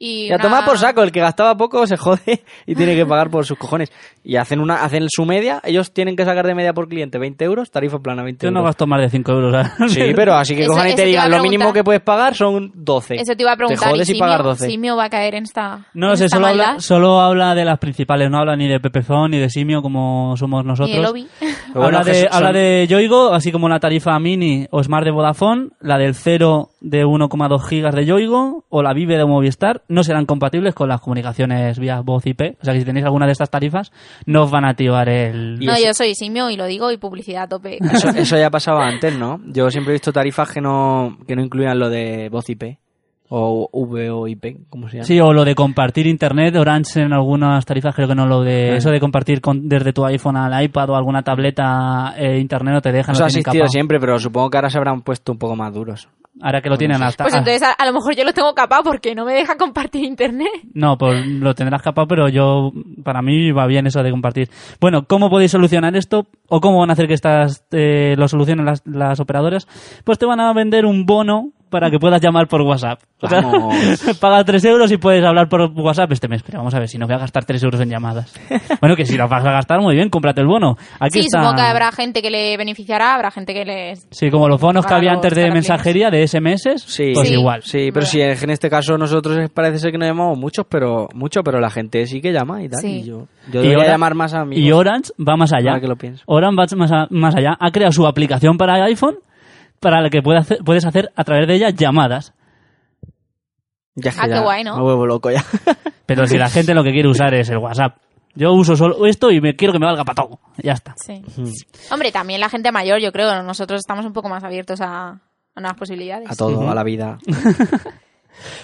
Y Y a una- tomar por saco, el que gastaba poco se jode [LAUGHS] y tiene que pagar por sus cojones. Y hacen una hacen su media, ellos tienen que sacar de media por cliente 20 euros, tarifa plana 20 Yo no euros. gasto más de 5 euros. ¿eh? Sí, pero así que Eso- cojan y eso te te iba digan, a lo preguntar. mínimo que puedes pagar son 12. Eso te iba a preguntar. Te ¿y jodes y, Simio- pagar 12. Simio va a caer en esta. [LAUGHS] No en sé, esta solo maldad? habla, solo habla de las principales, no habla ni de Pepefón ni de Simio como somos Y nosotros. el lobby. Pero bueno, habla, que de, son- habla de Yoigo, así como la tarifa mini o Smart de Vodafone, la del 0 de 1,2 gigas de Yoigo o la Vive de Movistar, no serán compatibles con las comunicaciones vía voz IP. O sea que si tenéis alguna de estas tarifas, no os van a activar el... [LAUGHS] Y No, eso- yo soy simio y lo digo y publicidad a tope. [LAUGHS] Eso, eso ya pasaba antes, ¿no? Yo siempre he visto tarifas que no que no incluían lo de voz IP o VoIP, como se llama. Sí, o lo de compartir internet, Orange en algunas tarifas creo que no lo de... Ah. Eso de compartir con- desde tu iPhone al iPad o alguna tableta eh, internet no te dejan, Eso lo ha tienen existido capado. siempre, pero supongo que ahora se habrán puesto un poco más duros. Ahora que lo tienen hasta... Pues entonces a, a lo mejor yo los tengo capado porque no me deja [LAUGHS] compartir internet. No, pues lo tendrás capaz, pero yo, para mí va bien eso de compartir. Bueno, ¿cómo podéis solucionar esto? ¿O cómo van a hacer que estas, eh, lo solucionen las, las operadoras? Pues te van a vender un bono para que puedas llamar por WhatsApp. O sea, Vamos. [LAUGHS] paga 3 euros y puedes hablar por WhatsApp este mes. Pero vamos a ver, si no voy a gastar 3 euros en [LAUGHS] llamadas. Bueno, que si lo vas a gastar, muy bien, cómprate el bono. Aquí sí, está. supongo que habrá gente que le beneficiará, habrá gente que les... Sí, como los bonos que Para había los antes de caracoles. mensajería, de SMS, Sí. pues Sí. igual. Sí, pero Vale. si en este caso nosotros parece ser que no llamamos muchos, pero mucho, pero la gente sí que llama y tal. Sí. Y yo, Y yo debería ahora- llamar más a mí. Y Orange va más allá. Ahora que lo pienso. Orange va más, a- más allá. Ha creado su aplicación para iPhone para la que puede hacer- puedes hacer a través de ella llamadas. Ya es que Ah, qué ya guay, ¿no? Me vuelvo [LAUGHS] loco ya. Pero si la [LAUGHS] gente lo que quiere usar es el WhatsApp. Yo uso solo esto y me quiero que me valga para todo. Ya está. Sí. Hombre, también la gente mayor, yo creo, nosotros estamos un poco más abiertos a, a nuevas posibilidades. A todo, a la vida.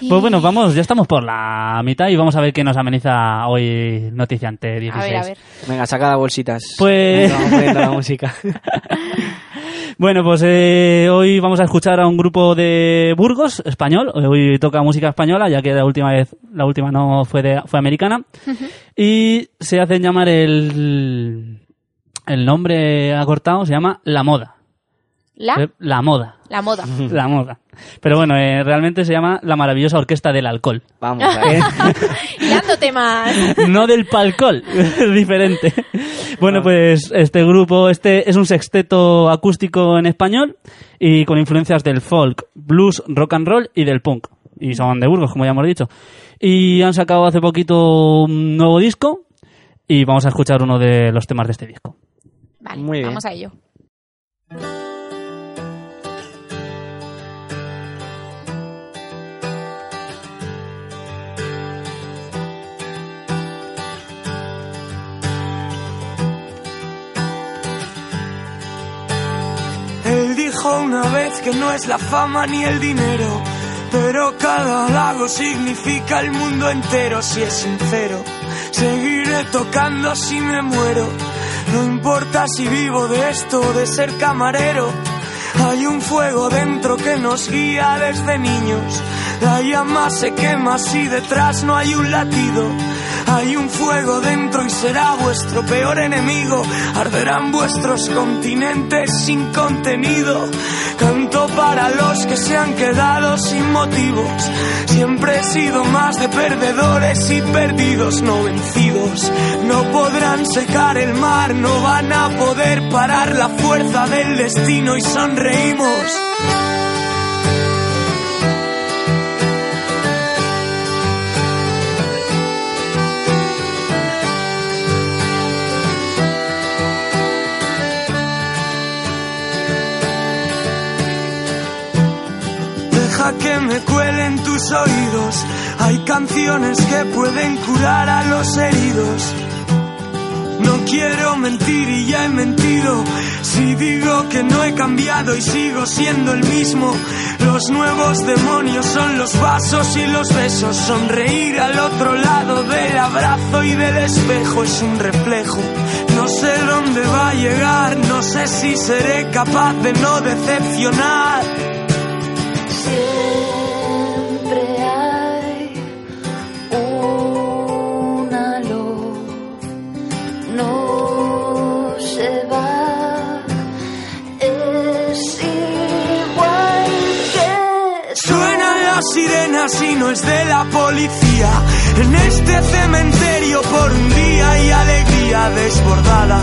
Pues bueno, vamos, ya estamos por la mitad y vamos a ver qué nos ameniza hoy Noticiante 16. A ver, a ver. Venga, saca las bolsitas. Pues- Venga, vamos poniendo la música. [LAUGHS] Bueno, pues eh, hoy vamos a escuchar a un grupo de Burgos, español. Eh, Hoy toca música española, ya que la última vez, la última no fue de, fue americana. Y se hacen llamar el el nombre acortado se llama La Moda. La, Eh, La Moda. la moda. La Moda. Pero bueno, eh, realmente se llama La Maravillosa Orquesta del Alcohol. [LAUGHS] Vamos, a ver. Dando temas. [LAUGHS] No del palcol, [LAUGHS] es diferente. Bueno, pues este grupo, este es un sexteto acústico en español y con influencias del folk, blues, rock and roll y del punk. Y son de Burgos, como ya hemos dicho. Y han sacado hace poquito un nuevo disco y vamos a escuchar uno de los temas de este disco. Vale, Muy bien. vamos a ello. Él dijo una vez que no es la fama ni el dinero, pero cada lago significa el mundo entero si es sincero. Seguiré tocando si me muero, no importa si vivo de esto o de ser camarero. Hay un fuego dentro que nos guía desde niños. La llama se quema si detrás no hay un latido. Hay un fuego dentro y será vuestro peor enemigo. Arderán vuestros continentes sin contenido. Canto para los que se han quedado sin motivos. Siempre he sido más de perdedores y perdidos, no vencidos. No podrán secar el mar, no van a poder parar la fuerza del destino y sonreímos. Deja que me cuelen tus oídos Hay canciones que pueden curar a los heridos. No quiero mentir y ya he mentido. Si digo que no he cambiado y sigo siendo el mismo, los nuevos demonios son los vasos y los besos. Sonreír al otro lado del abrazo y del espejo es un reflejo. No sé dónde va a llegar, no sé si seré capaz de no decepcionar. Siempre hay una luz, no se va, es igual que Suenan las sirenas y no es de la policía. En este cementerio por un día y alegría desbordada.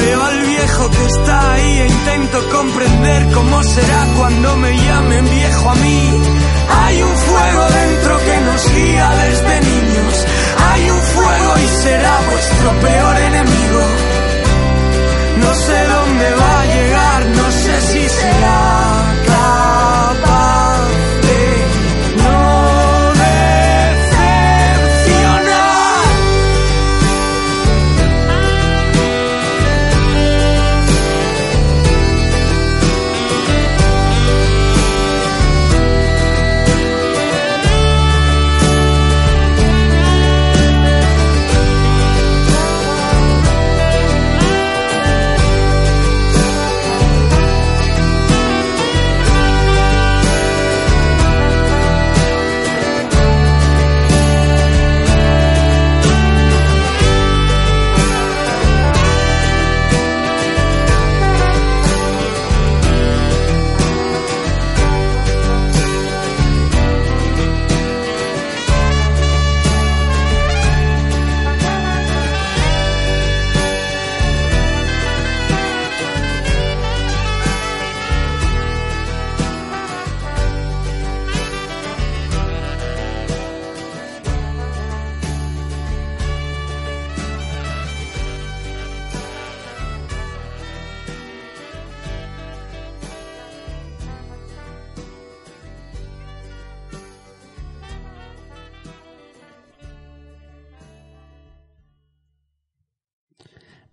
Veo al viejo que está ahí e intento comprender cómo será cuando me llamen viejo a mí. Hay un fuego dentro que nos guía desde niños. Hay un fuego y será vuestro peor enemigo. No sé dónde va a llegar, no sé si será capaz de no decepcionar.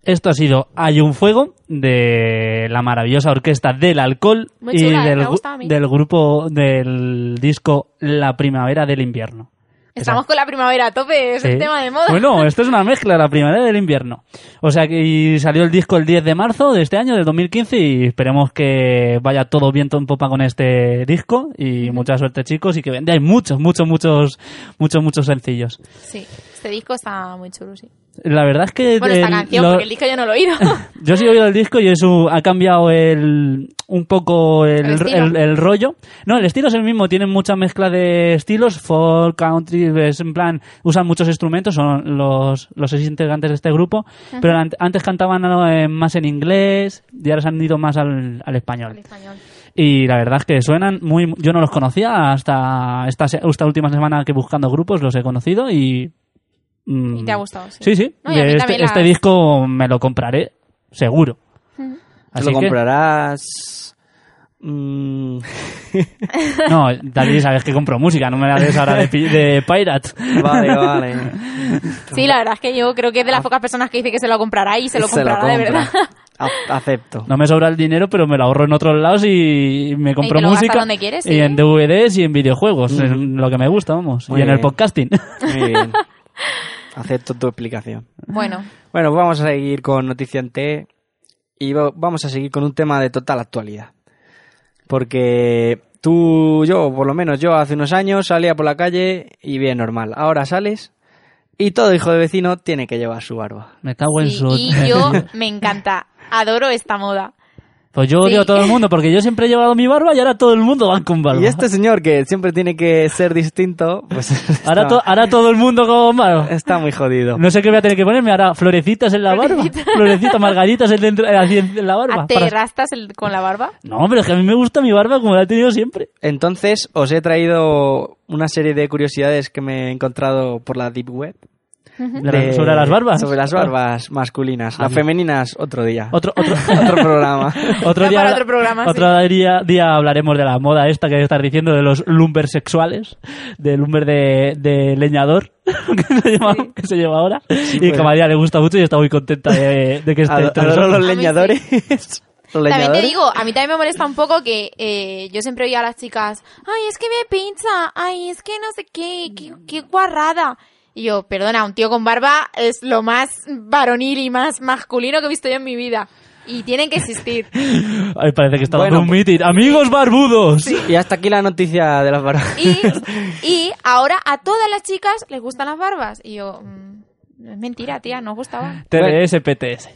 Esto ha sido Hay un fuego de la maravillosa orquesta del alcohol Muy chula, ¿eh? y del, me ha gru- gustado a mí. del grupo del disco La primavera del invierno. Estamos con la primavera a tope, es Sí. el tema de moda. Bueno, esto es una mezcla, la primavera del invierno. O sea que y salió el disco el 10 de marzo de este año, del 2015, y esperemos que vaya todo viento en popa con este disco. Y mucha suerte, chicos, y que vendáis muchos, muchos, muchos, muchos, muchos sencillos. Sí, este disco está muy chulo, sí. La verdad es que. Bueno, esta Eh, el- canción, lo- porque el disco yo no lo he [LAUGHS] oído. Yo sí he oído el disco y eso ha cambiado el, un poco el, El estilo. el- el rollo. No, el estilo es el mismo, tienen mucha mezcla de estilos, folk, country, es en plan, usan muchos instrumentos, son los, los seis integrantes de este grupo, pero an- antes cantaban eh, más en inglés y ahora se han ido más al, al El español. español. Y la verdad es que suenan muy... Yo no los conocía hasta esta, se- esta última semana que buscando grupos los he conocido y... mm, Y te ha gustado, sí. Sí, sí. No, y a De mí este, también las- este disco me lo compraré, seguro. ¿Te Así lo que- comprarás? [LAUGHS] Mm, No, David, sabes que compro música, no me la des ahora de, pi- de Pirate. vale, vale. Sí, la verdad es que yo creo que es Ah. de las pocas personas que dice que se lo comprará y se lo comprará de compra. [LAUGHS] verdad. A- acepto. No me sobra el dinero, pero me lo ahorro en otros lados y me compro te lo gastas música. donde quieres, Y sí. en DVDs y en videojuegos, en lo que me gusta, vamos. Muy y en el bien. [LAUGHS] podcasting. Muy bien. Acepto tu explicación. Bueno, Bueno, pues vamos a seguir con Noticia en T y va- vamos a seguir con un tema de total actualidad. Porque tú, yo, por lo menos yo, hace unos años salía por la calle y bien normal. Ahora sales y todo hijo de vecino tiene que llevar su barba. me cago en sí, su... y yo me encanta, adoro esta moda. [LAUGHS] Pues yo odio Sí. a todo el mundo, porque yo siempre he llevado mi barba y ahora todo el mundo va con barba. Y este señor que siempre tiene que ser distinto, pues [LAUGHS] ahora, está, to- ahora todo el mundo con [LAUGHS] barba. está muy jodido. No sé qué voy a tener que ponerme ahora. Florecitas en la barba. [LAUGHS] Florecitas, margaritas en, dentro- así en la barba. ¿A ¿Te Para- rastas el- con la barba? No, pero es que a mí me gusta mi barba como la he tenido siempre. Entonces os he traído una serie de curiosidades que me he encontrado por la Deep Web. De la- sobre las barbas. Sobre las barbas masculinas. Las Ahí. femeninas, otro día. Otro, [LAUGHS] otro, [LAUGHS] Otro programa. otro Da día, para otro programa, sí. otro día, día hablaremos de la moda esta que estás diciendo de los lumber sexuales, de lumber de, de leñador, [LAUGHS] que se lleva, que se lleva ahora. y que pues. a María le gusta mucho y está muy contenta de, [LAUGHS] de que esté. Ad- entre Adoro nosotros. los leñadores. Los [LAUGHS] También te leñadores. digo, a mí también me molesta un poco que eh, yo siempre oía a las chicas, ay, es que me pincha, ay, es que no sé qué, qué, qué guarrada. Y yo, perdona, un tío con barba es lo más varonil y más masculino que he visto yo en mi vida. Y tienen que existir. Ay, parece que está dando Bueno, pues- un meeting. Amigos barbudos. Y hasta aquí la noticia de las barbas. [LAUGHS] [LAUGHS] Y, y ahora a todas las chicas les gustan las barbas. Y yo, mm, no es mentira, tía, no os [LAUGHS] gustaba. TDS, PTS.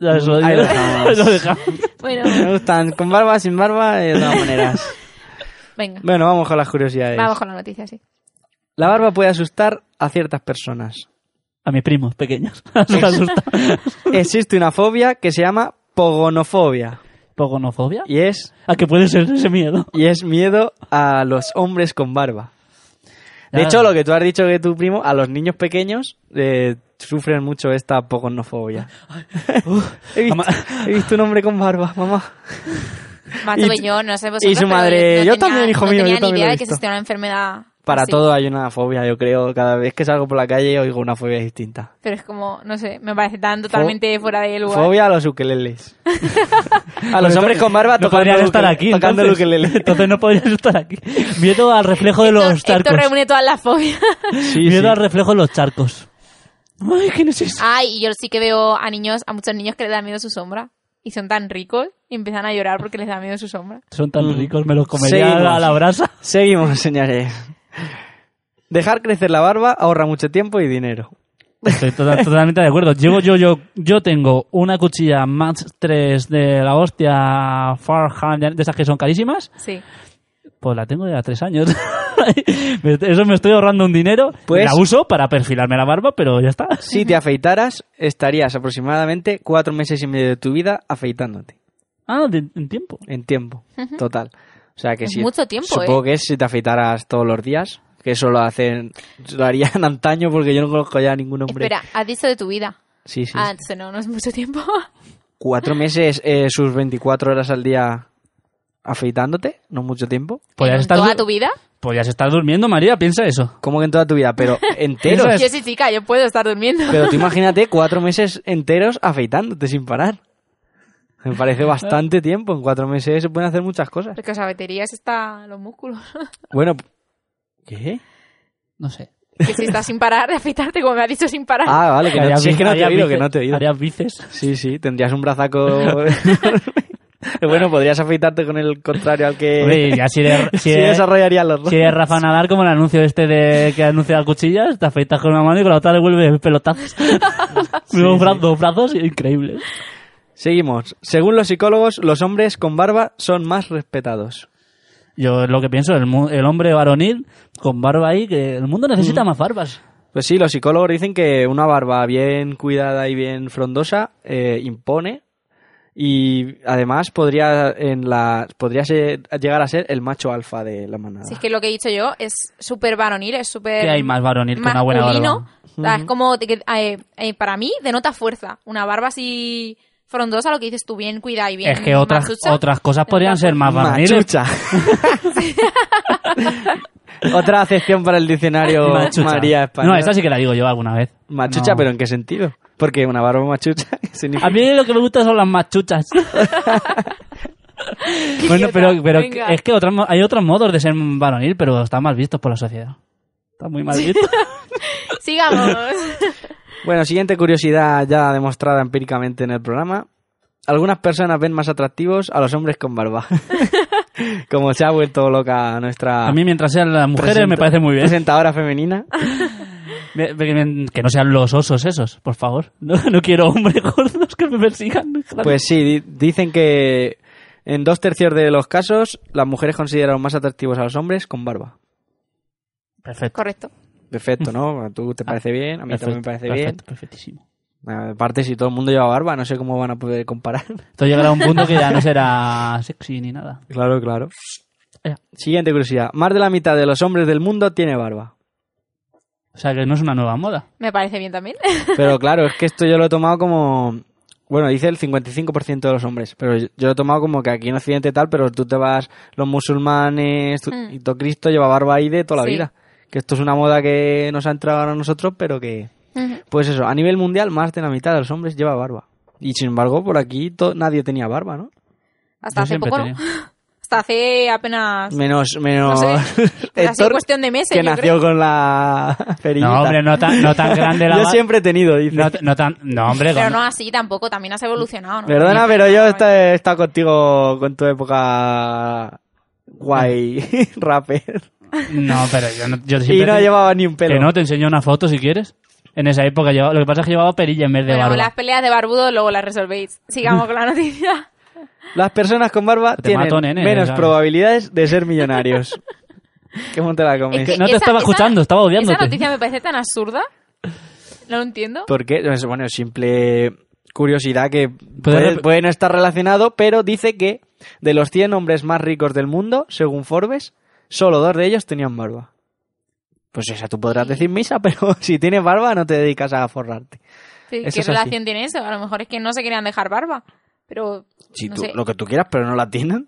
Ya eso- Ahí lo dejamos. lo dejamos. Bueno, Me gustan con barba, sin barba, eh, de [LAUGHS] todas maneras. venga, Bueno, vamos con las curiosidades. Pues vamos con la noticia, sí. La barba puede asustar a ciertas personas. A mis primos pequeños. [LAUGHS] Se asusta. Existe una fobia que se llama pogonofobia. ¿Pogonofobia? Y es, ¿A qué puede ser ese miedo? y es miedo a los hombres con barba. De Ya. hecho, lo que tú has dicho que tu primo, a los niños pequeños eh, sufren mucho esta pogonofobia. he, visto, he visto un hombre con barba, mamá. Más Y- tuve yo, no sé vosotros, su pero madre, yo no tenía- también, hijo no mío, tenía ni yo también idea lo he de que visto. existía una enfermedad. Para así. todo hay una fobia, yo creo. Cada vez que salgo por la calle oigo una fobia distinta. Pero es como, no sé, me parece tan totalmente fuera de lugar. Fobia a los ukeleles. a los hombres con barba No tocando podrías el estar ukele- aquí. Tocando el entonces. ukelele. [LAUGHS] Entonces no podrías estar aquí. Miedo al reflejo de Esto- los Esto charcos. reúne todas las fobias. Sí, Miedo sí. al reflejo de los charcos. Ay, ¿quién es eso? [LAUGHS] Ay, y yo sí que veo a niños, a muchos niños que les da miedo su sombra. Y son tan ricos y empiezan a llorar porque les da miedo su sombra. Son tan Mm. ricos, me los comería Seguimos. a la brasa. Seguimos, señores. Dejar crecer la barba ahorra mucho tiempo y dinero. Estoy to- totalmente de acuerdo. Llevo yo, yo, yo tengo una cuchilla Match 3 de la hostia Farhan, de esas que son carísimas. Sí. Pues la tengo ya tres años. [LAUGHS] Me- Eso me estoy ahorrando un dinero. Pues- la uso para perfilarme la barba, pero ya está. Si te afeitaras, estarías aproximadamente cuatro meses y medio de tu vida afeitándote. Ah, de- en tiempo. En tiempo, total. O sea que Es sí. mucho tiempo, ¿eh? Supongo que es si te afeitaras todos los días, que eso lo hacen, lo harían [LAUGHS] antaño porque yo no conozco ya a ningún hombre. Espera, has dicho de tu vida. Sí, sí. Ah, entonces no, no es mucho [LAUGHS] tiempo. Cuatro meses, eh, sus 24 horas al día afeitándote, no mucho tiempo. Podrías ¿En estar, ¿Toda du- tu vida? podrías estar durmiendo, María, piensa eso. Como que en toda tu vida, [LAUGHS] pero enteros. Yo sí, chica, yo puedo estar durmiendo. Pero tú imagínate cuatro meses enteros afeitándote sin parar. Me parece bastante tiempo. En cuatro meses se pueden hacer muchas [LAUGHS] cosas. Porque os abeterías está los músculos. [LAUGHS] Bueno, ¿qué? No sé. que si estás sin parar de afeitarte, como me ha dicho, sin parar. Ah, vale, que no, Harías si es bi- que no te he harías oído, bices- que no te he oído. Harías bices. Sí, sí, tendrías un brazaco. [LAUGHS] bueno, podrías afeitarte con el contrario al que. [LAUGHS] Hombre, ya si eres, si Sí, eres- desarrollaría los dos. si eres Rafa Nadal, como el anuncio este de que anuncia las cuchillas, te afeitas con una mano y con la otra le vuelves [LAUGHS] pelotazos. [LAUGHS] dos, bra- dos brazos increíbles. Seguimos. Según los psicólogos, los hombres con barba son más respetados. Yo es lo que pienso, el, mu- el hombre varonil con barba ahí, que el mundo necesita más barbas. Pues sí, los psicólogos dicen que una barba bien cuidada y bien frondosa eh, impone y además podría en la podría ser- llegar a ser el macho alfa de la manada. Si es que lo que he dicho yo es súper varonil, es súper. ¿Qué hay más varonil que una buena masculino. barba? O sea, es como. de que, eh, eh, para mí, denota fuerza. Una barba así frondosa, lo que dices tú, bien cuidada y bien. es que otras, machucha. otras cosas podrían ser más varoniles. [LAUGHS] Machucha. Otra acepción para el [LAUGHS] diccionario Machucha. María España. No, esta sí que la digo yo alguna vez. Machucha, No. pero ¿en qué sentido? Porque una barba machucha [LAUGHS] A significa... mí lo que me gusta son las [LAUGHS] machuchas. [LAUGHS] bueno, pero, pero Venga. es que otras mo- hay otros modos de ser varonil, pero están mal vistos por la sociedad. Está muy mal [LAUGHS] visto. [LAUGHS] Sigamos. Bueno, siguiente curiosidad ya demostrada empíricamente en el programa. Algunas personas ven más atractivos a los hombres con barba. [LAUGHS] Como se ha vuelto loca nuestra A mí mientras sean las mujeres Ah. presenta- me parece muy bien. [LAUGHS] presentadora femenina. Me- me- Que no sean los osos esos, por favor. No, no quiero hombres [LAUGHS] gordos que me persigan. Pues sí, di- dicen que en dos tercios de los casos las mujeres consideran más atractivos a los hombres con barba. perfecto. Correcto. Perfecto, ¿no? A tú te parece bien, a mí también me parece perfecto, perfectísimo. bien. Aparte, si todo el mundo lleva barba, no sé cómo van a poder comparar. Esto llegará a un punto que ya no será sexy ni nada. Claro, claro. Ya. Siguiente curiosidad. Más de la mitad de los hombres del mundo tiene barba. sea, que no es una nueva moda. Me parece bien también. Pero claro, es que esto yo lo he tomado como... Bueno, dice el 55% de los hombres, pero yo yo lo he tomado como que aquí en Occidente tal, pero tú te vas, los musulmanes, tú- Mm. y todo Cristo lleva barba ahí de toda la Sí. vida. Que esto es una moda que nos ha entrado ahora a nosotros, pero que... Ujú. Pues eso, a nivel mundial más de la mitad de los hombres lleva barba. Y sin embargo, por aquí to- nadie tenía barba, ¿no? [LAUGHS] Hasta Yo hace siempre poco, he ¿no? Hasta hace apenas... Menos, No menos... sé, [LAUGHS] ha sido Héctor, cuestión de meses, que yo nació con la [LAUGHS] perillita. No, hombre, no tan, no tan grande la Yo ba- siempre he tenido, dice. No, t- no tan, no, hombre, Pero con- no así tampoco, también has evolucionado, ¿no? Perdona, pero yo esta- he estado contigo con tu época guay, [LAUGHS] rapper. no, pero yo, no, yo Y siempre no te- llevaba ni un pelo. Que no, te enseño una foto si quieres. En esa época llevaba, lo que pasa es que llevaba perilla en vez de Bueno, barba. las peleas de barbudo luego [LAUGHS] las resolvéis. Sigamos con la noticia. Las personas con barba Te tienen mato, nene, menos ¿sabes? probabilidades de [LAUGHS] ser millonarios. que monte la comes. Es no te estaba escuchando, estaba odiándote. Esa noticia me parece tan absurda. No lo entiendo. ¿Por qué? Pues, Bueno, simple curiosidad que puede, rep- puede no estar relacionado, pero dice que de los 100 hombres más ricos del mundo, según Forbes, solo dos de ellos tenían barba. Pues esa tú podrás decir misa, [LAUGHS] pero si tienes barba no te dedicas a forrarte. Sí, eso ¿Qué es así. relación tiene eso? A lo mejor es que no se querían dejar barba. Pero. Si no tú- sé. lo que tú quieras, pero no la tienen.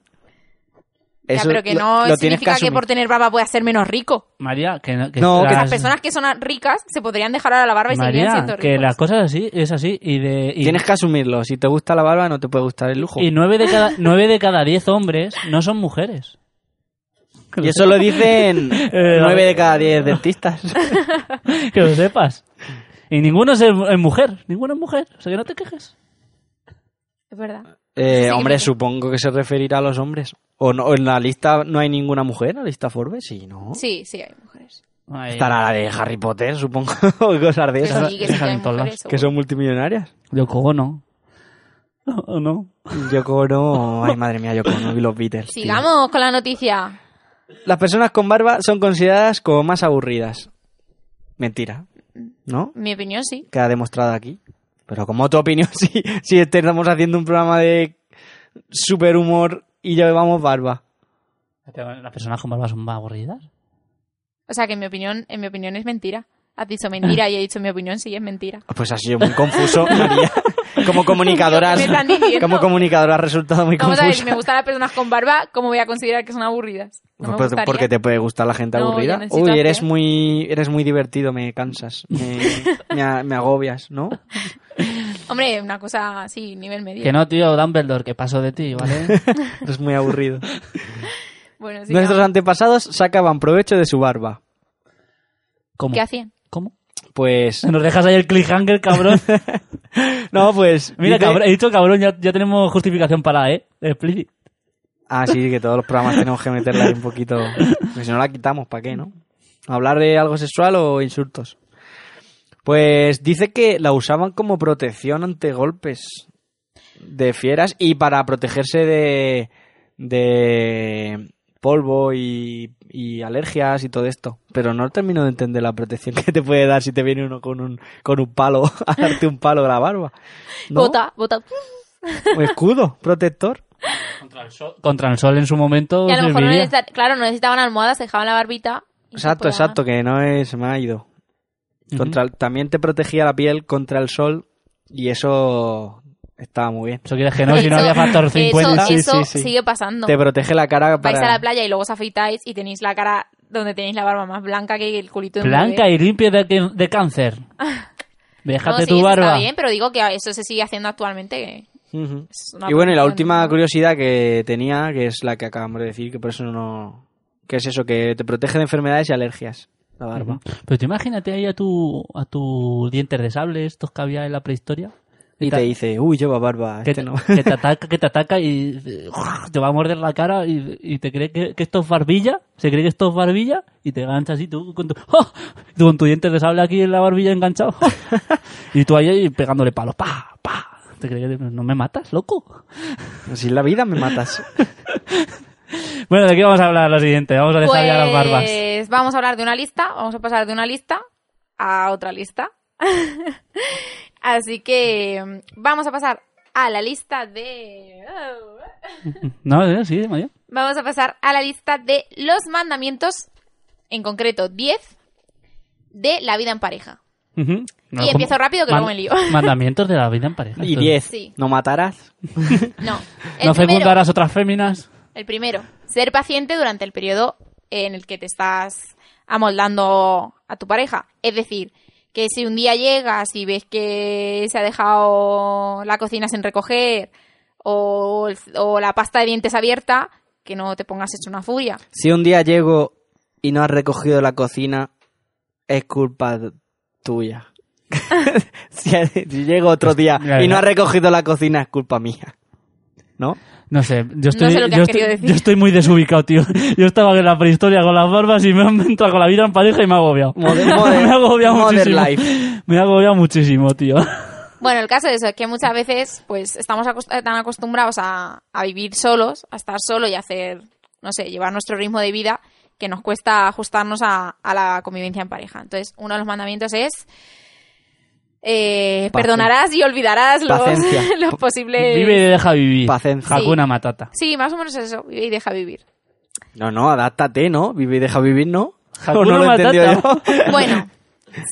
Ya, Eso pero que lo- no lo tienes significa que, asumir. por tener barba puedas ser menos rico. María, que no- que No, que Las personas que son ricas se podrían dejar ahora la barba y seguirían María, siendo ricos. que las cosas así es así y de y, Tienes que asumirlo. Si te gusta la barba, no te puede gustar el lujo. y Y, nueve de cada nueve de cada diez hombres no son [LAUGHS] mujeres. eso lo [LAUGHS] dicen Eh, nueve de cada diez dentistas. [LAUGHS] Que lo sepas. Y ninguno es, es mujer, ninguna es mujer, o sea que no te quejes. Es verdad. Eh, Sí, hombre, sí. supongo que se referirá a los hombres. ¿O, no, o en la lista no hay ninguna mujer? ¿En la lista Forbes? Sí, ¿no? Sí, sí, hay mujeres. Ay, Estará la de Harry Potter, supongo, [LAUGHS] o cosas de Que esas. sí, que sí, que hay en todos mujeres. seguro. Que son multimillonarias. Yo cojo no. No, no. Yoko no... Ay, madre mía, Yoko no vi los Beatles. tío. Sigamos con la noticia. Las personas con barba son consideradas como más aburridas. Mentira, ¿no? Mi opinión sí. Queda demostrado aquí. Pero como tu opinión, [LAUGHS] si, si estamos haciendo un programa de super humor y llevamos barba. Las personas con barba son más aburridas. O sea, que en mi opinión, en mi opinión es mentira. Has dicho Ah. mentira y he dicho mi opinión sí es mentira. Pues ha sido [LAUGHS] muy confuso, María. Como comunicadoras, ¿Qué me están diciendo? como comunicadora ha resultado muy Vamos confuso. a ver, me gustan las personas con barba, ¿cómo voy a considerar que son aburridas? No me gustaría. Pues porque te puede gustar la gente No, yo aburrida. necesito Uy, eres hacer- muy, eres muy divertido, me cansas, [LAUGHS] me, me a- me agobias, ¿no? Hombre, una cosa así, nivel medio. Que no, tío, Dumbledore, que paso de ti, ¿vale? [LAUGHS] Eres muy aburrido. Bueno, sí, Nuestros no. antepasados sacaban provecho de su barba. ¿Cómo? ¿Qué hacían? ¿Cómo? [LAUGHS] Pues Nos dejas ahí el cliffhanger, [LAUGHS] cabrón. no, pues Mira, dice- cabrón, he dicho cabrón, ya, ya tenemos justificación para, ¿eh? Explícit. Ah, sí, que todos los programas tenemos que meterla ahí un poquito. Porque si no la quitamos, ¿para qué, no? ¿Hablar de algo sexual o insultos? Pues dice que la usaban como protección ante golpes de fieras y para protegerse de, de polvo y, y alergias y todo esto. Pero no termino de entender la protección [LAUGHS] que te puede dar si te viene uno con un, con un palo [LAUGHS] a darte un palo de la barba. ¿No? Bota, bota. Un escudo, protector. Contra el sol. Contra el sol en su momento. Y a lo mejor no serviría. necesita- claro, no necesitaban almohadas, se dejaban la barbita. y se Exacto, podía- exacto, que no es, se me ha ido. Contra el- también te protegía la piel contra el sol y eso estaba muy bien. Eso quieres que no, si no Eso- había factor 50. Eso, Sí, eso sí, sí. sigue pasando. Te protege la cara Vais a para... la playa y luego os afeitáis y tenéis la cara donde tenéis la barba más blanca que el culito de un Blanca bebé. y limpia de, que- de [LAUGHS] cáncer. No, Déjate sí, tu eso barba. Está bien, pero digo que eso se sigue haciendo actualmente. que Ujú. es una Y bueno, y la protección, última ¿no? curiosidad que tenía, que es la que acabamos de decir, que por eso no... que es eso? Que te protege de enfermedades y alergias. La barba. Ujú. Pero tú imagínate ahí a tu, a tu dientes de sable, estos que había en la prehistoria. Y te dice, uy, lleva barba, que, este te- no. [LAUGHS] que te ataca, que te ataca y eh, te va a morder la cara y, y te cree que, que esto es barbilla, se cree que esto es barbilla y te gancha así tú con tu, ¡Oh! tú con tu diente de sable aquí en la barbilla [LAUGHS] enganchado y tú ahí pegándole palos, pa, pa. Te cree que te- no me matas, loco. Así es la vida me [LAUGHS] matas. Bueno, ¿de qué vamos a hablar lo siguiente? Vamos a dejar ya las barbas. Pues vamos a hablar de una lista, vamos a pasar de una lista a otra lista. [LAUGHS] Así que mm, vamos a pasar a la lista de... No, eh, sí, María. Vamos a pasar a la lista de los mandamientos, en concreto 10, de la vida en pareja. Ujú. No, y ¿cómo? empiezo rápido que luego Man- me lío. Mandamientos de la vida en pareja. Y Esto- 10. Sí. No matarás. No. El No primero, fecundarás otras féminas. El primero, ser paciente durante el periodo en el que te estás amoldando a tu pareja. Es decir, que si un día llegas y ves que se ha dejado la cocina sin recoger o, el- o la pasta de dientes abierta, que no te pongas hecho una furia. Si un día llego y no has recogido la cocina, es culpa tu- tuya. [LAUGHS] si, si llego otro día Ya, y no ya. has recogido la cocina, es culpa mía. ¿No? No sé, yo estoy, sé lo que yo, has estoy, querido decir. yo estoy muy desubicado, tío. [LAUGHS] Yo estaba en la prehistoria con las barbas y me han entrado con la vida en pareja y me ha agobiado. Modern- [LAUGHS] modern- me ha agobiado modern muchísimo. [LAUGHS] Me ha agobiado muchísimo, tío. Bueno, el caso de eso es que muchas veces pues estamos acost- tan acostumbrados a, a vivir solos, a estar solo y a hacer, no sé, llevar nuestro ritmo de vida que nos cuesta ajustarnos a, a la convivencia en pareja. Entonces, uno de los mandamientos es eh, Pacen- perdonarás y olvidarás los, [LAUGHS] Paciencia. los posibles... Vive y deja vivir. Paciencia. Hakuna Matata. Sí, más o menos eso, vive y deja vivir. No, no, adáptate, ¿no? Vive y deja vivir, [LAUGHS] ¿no? Hakuna [LAUGHS] ¿O no lo he Matata. entendido yo. Bueno,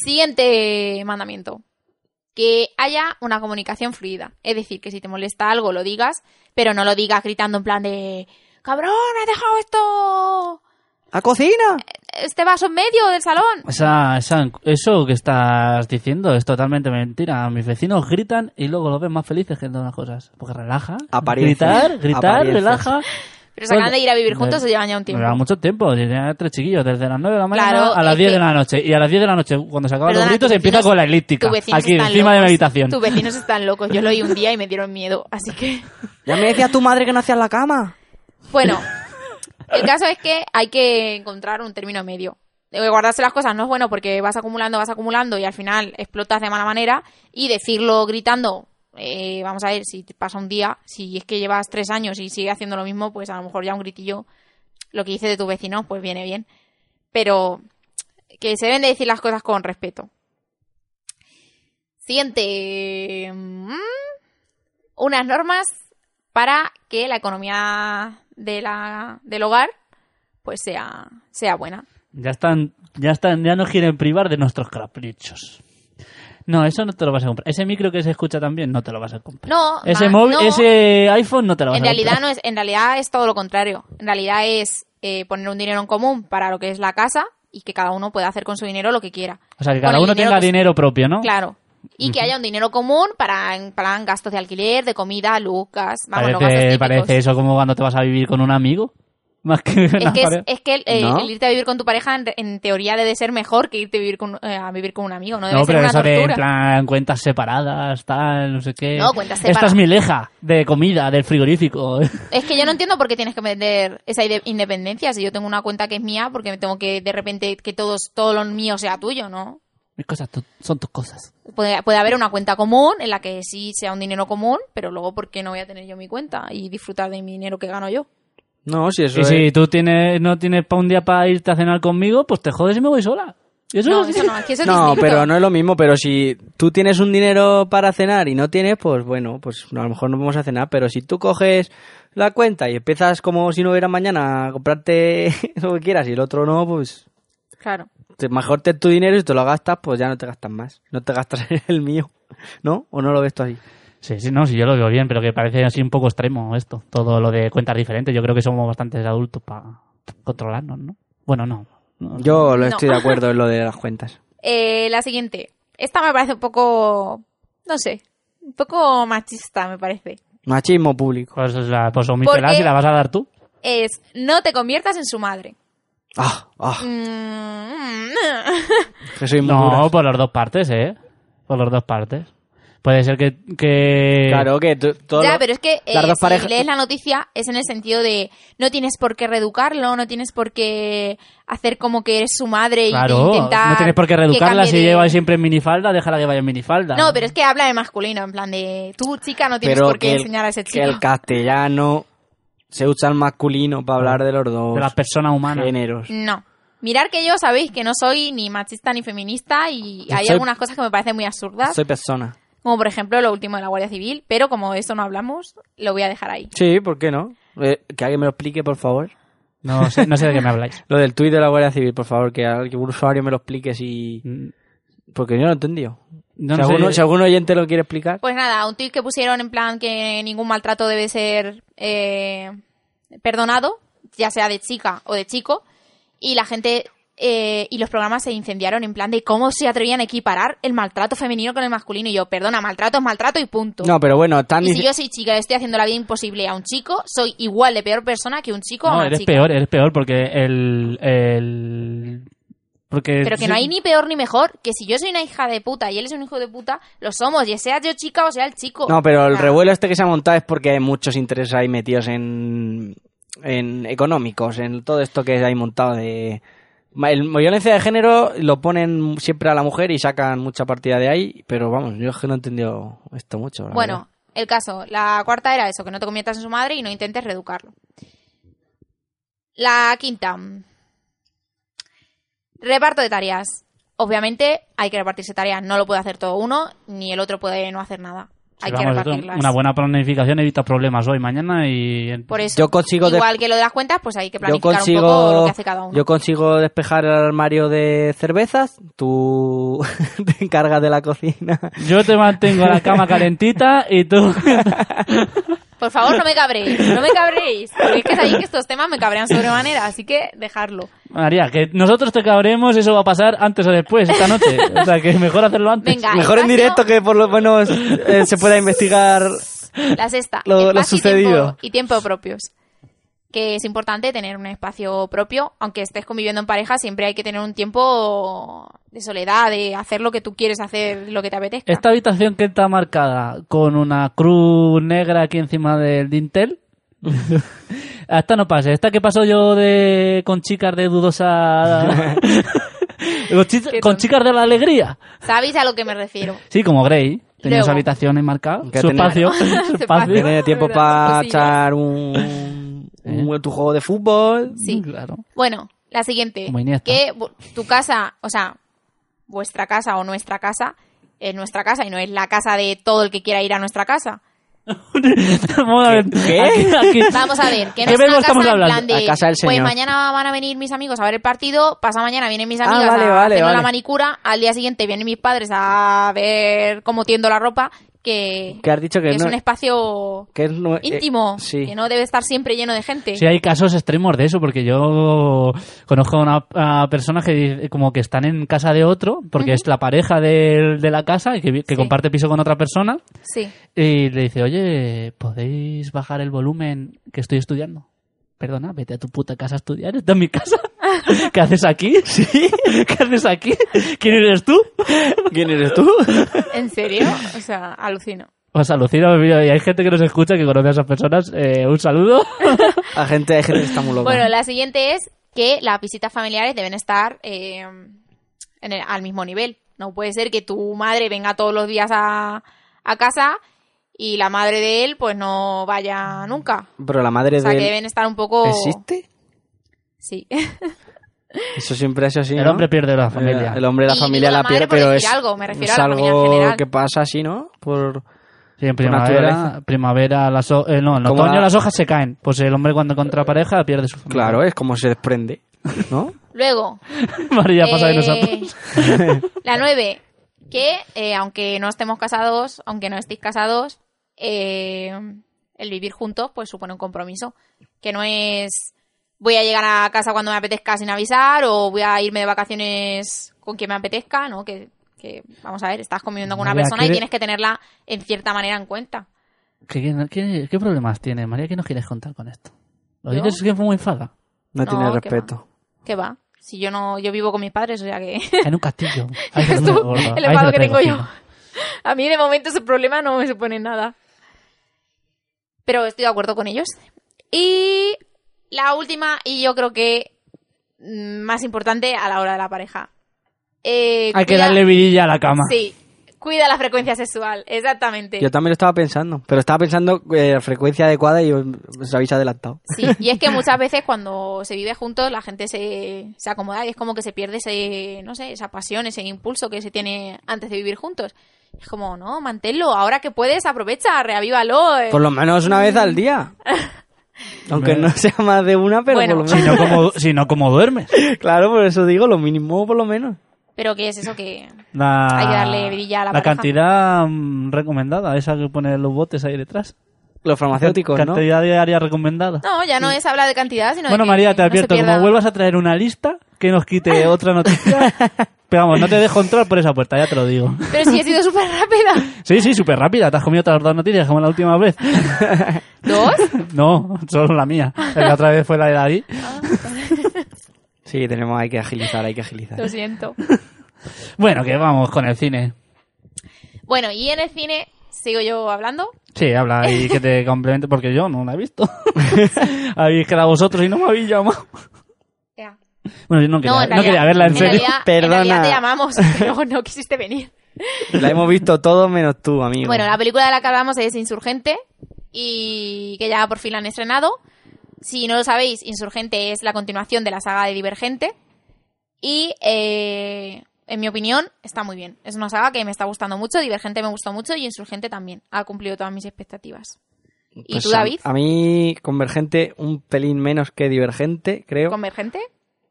siguiente mandamiento. Que haya una comunicación fluida. Es decir, que si te molesta algo lo digas, pero no lo digas gritando en plan de... ¡Cabrón, has dejado esto! [LAUGHS] ¡A cocina! Este vaso en medio del salón. Esa, esa- eso que estás diciendo es totalmente mentira. Mis vecinos gritan y luego los ven más felices que en todas las cosas. Porque relaja. Apariencias. Gritar, gritar, Apariencias. relaja. Pero se acaban de ir a vivir juntos o se llevan ya un tiempo. Llevan mucho tiempo. Llevan tres chiquillos. Desde las 9 de la mañana Claro, a las es 10 que- de la noche. Y a las 10 de la noche, cuando se acaban los Perdona, gritos, tus se empieza vecinos- con la elíptica. tus vecinos Aquí, están encima de mi locos. habitación. Tus vecinos están locos. Yo lo oí un día y me dieron miedo. Así que... Ya me decía tu madre que no hacías la cama. Bueno, el caso es que hay que encontrar un término medio. Eh, Guardarse las cosas no es bueno porque vas acumulando, vas acumulando y al final explotas de mala manera y decirlo gritando, eh, vamos a ver, si te pasa un día, si es que llevas tres años y sigues haciendo lo mismo, pues a lo mejor ya un gritillo, lo que dice de tus vecinos, pues viene bien. Pero que se deben de decir las cosas con respeto. Siguiente. mm, Unas normas para que la economía de la, del hogar pues sea, sea buena. Ya están, ya están, ya nos quieren privar de nuestros caprichos. No, eso no te lo vas a comprar. Ese micro que se escucha también no te lo vas a comprar. No, ese ma- móvil, no. ese iPhone no te lo vas En a comprar. realidad no es, en realidad es todo lo contrario. En realidad es eh, poner un dinero en común para lo que es la casa y que cada uno pueda hacer con su dinero lo que quiera. O sea, que Con cada el uno tenga que- dinero propio, ¿no? Claro. Y que haya un dinero común para, en plan, gastos de alquiler, de comida, luz, gas, vamos, los gastos parece, típicos. parece eso [LAUGHS] como cuando te vas a vivir con un amigo. [LAUGHS] Más que Es una que, es, pareja. es que el, eh, ¿No? el irte a vivir con tu pareja en, en teoría debe ser mejor que irte a vivir con, eh, a vivir con un amigo, no debe No, ser pero una eso de en tortura. plan cuentas separadas, tal, no sé qué. No, cuentas Esta separadas. es mi leja de comida, del frigorífico. [LAUGHS] Es que yo no entiendo por qué tienes que vender esa ide- independencia. Si yo tengo una cuenta que es mía, porque me tengo que de repente que todos, todo lo mío sea tuyo, ¿no? Mis cosas tu- son tus cosas. Puede, puede haber una cuenta común en la que sí sea un dinero común, pero luego ¿por qué no voy a tener yo mi cuenta y disfrutar de mi dinero que gano yo? No, si eso y es... si tú tienes, no tienes para un día para irte a cenar conmigo, pues te jodes y me voy sola. Y eso No, es- eso no, es que eso es No, distinto. pero no es lo mismo, pero si tú tienes un dinero para cenar y no tienes, pues bueno, pues a lo mejor no vamos a cenar, pero si tú coges la cuenta y empiezas como si no hubiera mañana a comprarte [LAUGHS] lo que quieras y el otro no, pues Claro. te- mejor ten tu dinero y si te lo gastas, pues ya no te gastas más, no te gastas [LAUGHS] en el mío, ¿no? ¿O no lo ves tú así? Sí, sí, no, sí, yo lo veo bien, pero que parece así un poco extremo esto, todo lo de cuentas diferentes. Yo creo que somos bastantes adultos para controlarnos, ¿no? Bueno, no. no. Yo lo No. estoy de acuerdo en lo de las cuentas. Eh, la siguiente. Esta me parece un poco, no sé, un poco machista, me parece. Machismo público. Pues, o sea, pues ¿Por omítelas qué? y la vas a dar tú. Es, no te conviertas en su madre. Ah, ah, Mm. que soy muy No, dura. por las dos partes, ¿eh? Por las dos partes. Puede ser que... que... Claro que tú- todo Ya, lo- pero es que eh, las dos si parejas- lees la noticia es en el sentido de no tienes por qué reeducarlo, no tienes por qué hacer como que eres su madre y Claro, e intentar... no tienes por qué que reeducarla cambie si de- lleva siempre en minifalda, déjala que vaya en minifalda. No, pero es que habla de masculino, en plan de tú, chica, no tienes Pero por qué que el- enseñar a ese que chico. el castellano se usa el masculino para hablar de los dos De las personas humanas. géneros. No. Mirar que yo sabéis que no soy ni machista ni feminista y Yo hay soy- algunas cosas que me parecen muy absurdas, Soy persona. como por ejemplo lo último de la Guardia Civil, pero como de eso no hablamos, lo voy a dejar ahí. Sí, ¿por qué no? Eh, que alguien me lo explique, por favor. No sé, no sé de qué me habláis. Lo del tuit de la Guardia Civil, por favor, que algún usuario me lo explique si... Porque yo no lo he entendido. No si, sé- alguno, si algún oyente lo quiere explicar. Pues nada, un tuit que pusieron en plan que ningún maltrato debe ser eh, perdonado, ya sea de chica o de chico, y la gente eh, y los programas se incendiaron en plan de cómo se atrevían a equiparar el maltrato femenino con el masculino. Y yo, perdona, maltrato es maltrato y punto. No, pero bueno, están... y si dic- yo soy chica y estoy haciendo la vida imposible a un chico, soy igual de peor persona que un chico o No, una eres chica. peor, eres peor porque el... el- porque Pero que no hay ni peor ni mejor, que si yo soy una hija de puta y él es un hijo de puta, lo somos, y sea yo chica o sea el chico. No, pero el Ah. revuelo este que se ha montado es porque hay muchos intereses ahí metidos en, en económicos, en todo esto que hay montado de... Ma- El, violencia de género lo ponen siempre a la mujer y sacan mucha partida de ahí, pero vamos, yo es que no he entendido esto mucho. la Bueno, el caso, la cuarta era eso, que no te conviertas en su madre y no intentes reeducarlo. La quinta. mm, Reparto de tareas. Obviamente hay que repartirse tareas, no lo puede hacer todo uno, ni el otro puede no hacer nada. Sí, hay que vamos, esto- repartirlas. una buena planificación evita problemas hoy, mañana y... Por eso, Yo consigo de- igual que lo de las cuentas, pues hay que verdad. yo planificar consigo, un poco lo que hace cada uno. yo consigo despejar el armario de cervezas, tú [LAUGHS] te encargas de la [LAUGHS] cocina. Yo te mantengo la cama calentita y tú... Por favor, no me cabréis, no me cabréis. Porque es que sabéis que estos temas me cabrean sobremanera, así que dejarlo. María, que nosotros te cabremos, eso va a pasar antes o después, esta noche. O sea, que mejor hacerlo antes. Venga, Mejor en espacio- directo que por lo menos eh, [LAUGHS] se pueda investigar. La sexta, Lo- lo espacio y sucedido. tiempo- Y tiempo, propios. Que es importante tener un espacio propio, aunque estés conviviendo en pareja, siempre hay que tener un tiempo de soledad, de hacer lo que tú quieres hacer, lo que te apetezca. Esta habitación que está marcada con una cruz negra aquí encima del [LAUGHS] dintel. a esta no pase. Esta que pasó yo de con chicas de [LAUGHS] dudosa. con, chi- Qué con tonto. chicas de la alegría. ¿Sabéis a lo que me refiero? Sí, como Grey. Tenía su Luego. habitación ahí marcada. Que Su tenía- [LAUGHS] espacio. Su su espacio. espacio. Tener tiempo Las para cosillas. [LAUGHS] echar un, ¿Eh? un- tu juego de fútbol. Sí. [LAUGHS] Claro. Bueno, la siguiente. Como Iniesta. Que vu- tu casa, o sea, vuestra casa o nuestra casa, es nuestra casa y no es la casa de todo el que quiera ir a nuestra casa. Vamos a ver. ¿Qué? Aquí- aquí- Vamos a ver, que [LAUGHS] ¿Qué no es verbo una casa estamos en hablando? plan de, A casa del pues señor. mañana van a venir mis amigos a ver el partido, pasa mañana vienen mis Ah, amigas vale, a vale, hacerme vale. la manicura, al día siguiente vienen mis padres a ver cómo tiendo la ropa, que, Que has dicho que, que es no. un espacio que es no- eh, íntimo, sí. que no debe estar siempre lleno de gente. Sí, hay casos extremos de eso, porque yo conozco a una a personas que dice- como que están en casa de otro, porque es la pareja del- de, la casa y que, vi- que Sí. comparte piso con otra persona, Sí. y le dice, oye, ¿podéis bajar el volumen que estoy estudiando? Perdona, vete a tu puta casa a estudiar, esta es mi casa. ¿Qué haces aquí? ¿Sí? ¿Qué haces aquí? ¿Quién eres tú? ¿Quién eres tú? ¿En serio? O sea, alucino. O sea, alucina, mira, y hay gente que nos escucha que conoce a esas personas. eh, un saludo. La gente, hay gente que está muy loca. Bueno, la siguiente es que las visitas familiares deben estar eh, en el- al mismo nivel. No puede ser que tu madre venga todos los días a, a casa y la madre de él pues no vaya nunca. Pero la madre O sea, de que deben estar un poco... ¿Existe? Sí. [LAUGHS] Eso siempre es así, El ¿no? hombre pierde la familia. Eh, El hombre de la Y familia digo la la madre pierde, por pero es, decir algo, me refiero es a la familia en algo general. que pasa así, ¿no? Por... Sí, en Por primavera, naturaleza. primavera las ho- eh, no, en Como otoño la- las hojas se caen. Pues el hombre cuando encuentra pareja pierde su familia. Claro, es como se desprende, ¿no? Luego, [LAUGHS] María pasa de Eh, nosotros. [LAUGHS] La nueve, que eh, aunque no estemos casados, aunque no estéis casados, eh, el vivir juntos pues supone un compromiso. Que no es voy a llegar a casa cuando me apetezca sin avisar o voy a irme de vacaciones con quien me apetezca, ¿no? Que, que, vamos a ver, estás conviviendo con una María, persona y ¿quiere- tienes que tenerla en cierta manera en cuenta. ¿Qué, qué, qué- qué problemas tienes, María? ¿Qué nos quieres contar con esto? Lo ¿Yo? dices que fue muy [LAUGHS] faga. No, No, tiene que respeto. ¿Qué va? Si yo no, yo vivo con mis padres, o sea que En un [LAUGHS] castillo. Ay, Dios Eres mío, tú, gorda. el Ay, enfado lo que tengo yo. fino. A mí de momento ese problema no me supone nada. Pero estoy de acuerdo con ellos. Y la última, y yo creo que mm, más importante a la hora de la pareja. Eh, Hay que cuida- darle vidilla a la cama. Sí, cuida la frecuencia sexual, exactamente. Yo también lo estaba pensando, pero estaba pensando eh, la frecuencia adecuada y os habéis adelantado. Sí, y es que muchas veces cuando se vive juntos la gente se, se acomoda y es como que se pierde ese, no sé, esa pasión, ese impulso que se tiene antes de vivir juntos. Es como, no, manténlo, ahora que puedes, aprovecha, revívalo. eh. [LAUGHS] Por lo menos una vez al día. Aunque no sea más de una, pero Bueno. por lo Sí, Si menos. no, como, si no, como duermes. Claro, por eso digo, lo mínimo por lo menos. Pero ¿qué es eso que...? La, Hay que darle vidilla a la pareja. cantidad mm, recomendada, esa que ponen los botes ahí detrás. Los farmacéuticos, ¿no? Cantidad diaria recomendada. No, ya no es hablar de cantidad, sino de bueno, que María, te no se advierto, pierda. como vuelvas a traer una lista que nos [LAUGHS] quite otra noticia. Pero vamos, no te dejo entrar por esa puerta, ya te lo digo. Pero sí, he sido súper [LAUGHS] rápida. Sí, sí, súper rápida. Te has comido otras dos noticias como la última vez. ¿Dos? No, solo la mía. La otra vez fue la de David. Sí, tenemos, hay que agilizar, hay que agilizar. Lo siento. Bueno, que vamos con el cine. Bueno, y en el cine, ¿sigo yo hablando? Sí, habla y que te complemente porque yo no la he [LAUGHS] visto. Habéis quedado vosotros y no me habéis llamado. Ya. Bueno, yo no quería, No, en no realidad- quería verla en serio. realidad- Perdona. En realidad te llamamos, [LAUGHS] pero no quisiste venir. La hemos visto todo menos tú, amigo. Bueno, la película de la que hablamos es Insurgente y que ya por fin la han estrenado. Si no lo sabéis, Insurgente es la continuación de la saga de Divergente y, eh, en mi opinión, está muy bien. Es una saga que me está gustando mucho, Divergente me gustó mucho y Insurgente también. Ha cumplido todas mis expectativas. ¿Y Pues tú, a- David? A, mí, Convergente, un pelín menos que Divergente, creo. ¿Convergente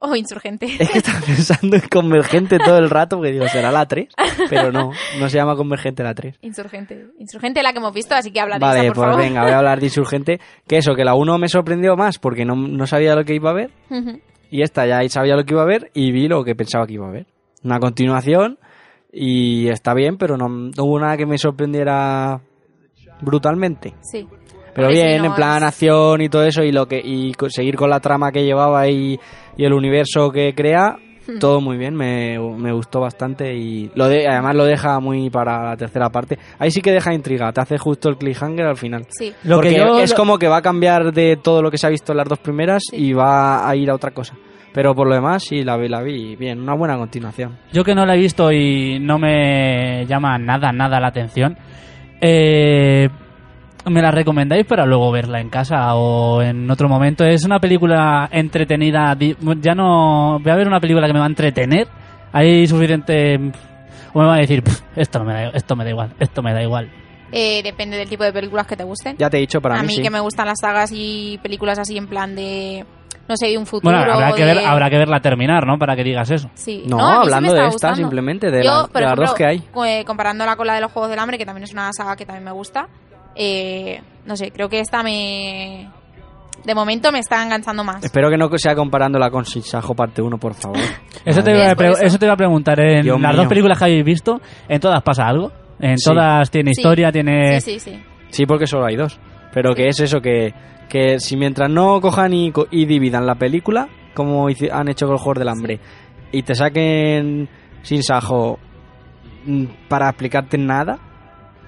o Insurgente? [LAUGHS] Es que estaba pensando en Convergente todo el rato, porque digo, será la 3, pero no, no se llama Convergente la 3. Insurgente. Insurgente es la que hemos visto, así que habla de Vale, esa, por pues favor. venga, voy a hablar de Insurgente. Que eso, que la 1 me sorprendió más porque no, no sabía lo que iba a ver. Ujú. Y esta ya sabía lo que iba a ver y vi lo que pensaba que iba a ver. Una continuación y está bien, pero no, no hubo nada que me sorprendiera brutalmente. [LAUGHS] sí. Pero Hombre, bien, sí, no, en plan es- acción y todo eso y lo que y co- seguir con la trama que llevaba y, y el universo que crea, Hmm. todo muy bien, me, me gustó bastante y lo de, además lo deja muy para la tercera parte. Ahí sí que deja intriga, te hace justo el cliffhanger al final. Sí. Lo Porque que yo- es como que va a cambiar de todo lo que se ha visto en las dos primeras Sí. y va a ir a otra cosa. Pero por lo demás, sí, la vi, la vi. Bien, una buena continuación. Yo que no la he visto y no me llama nada, nada la atención. eh, ¿Me la recomendáis para luego verla en casa o en otro momento? Es una película entretenida. di- Ya no. Voy a ver una película que me va a entretener. Hay suficiente. O me va a decir, "Pff, esto, no me da, esto me da igual, esto me da igual. Eh, depende del tipo de películas que te gusten. Ya te he dicho, para a mí, mí sí. que me gustan las sagas y películas así en plan de no sé de un futuro Bueno, habrá que, de- ver, habrá que verla terminar, ¿no? Para que digas eso. sí. No, a mí sí me hablando de está esta, gustando. simplemente, de, Yo, la- por de las ejemplo, dos que hay. co- eh, comparándola con la de los juegos del hambre que también es una saga que también me gusta eh, no sé creo que esta me de momento me está enganchando más Espero que no sea comparándola con Sinsajo parte 1, por [LAUGHS] favor. Eso te, Madre iba Es a por pre- eso. eso te iba a preguntar. En Dios las mío. dos películas que habéis visto, en todas pasa algo. En Sí. todas tiene Sí. historia, tiene. sí sí sí Sí, porque solo hay dos. Pero que es eso, que, que si mientras no cojan y, co- y dividan la película, como hici- han hecho con el Juego del Hambre, y te saquen sin sajo mm, para explicarte nada,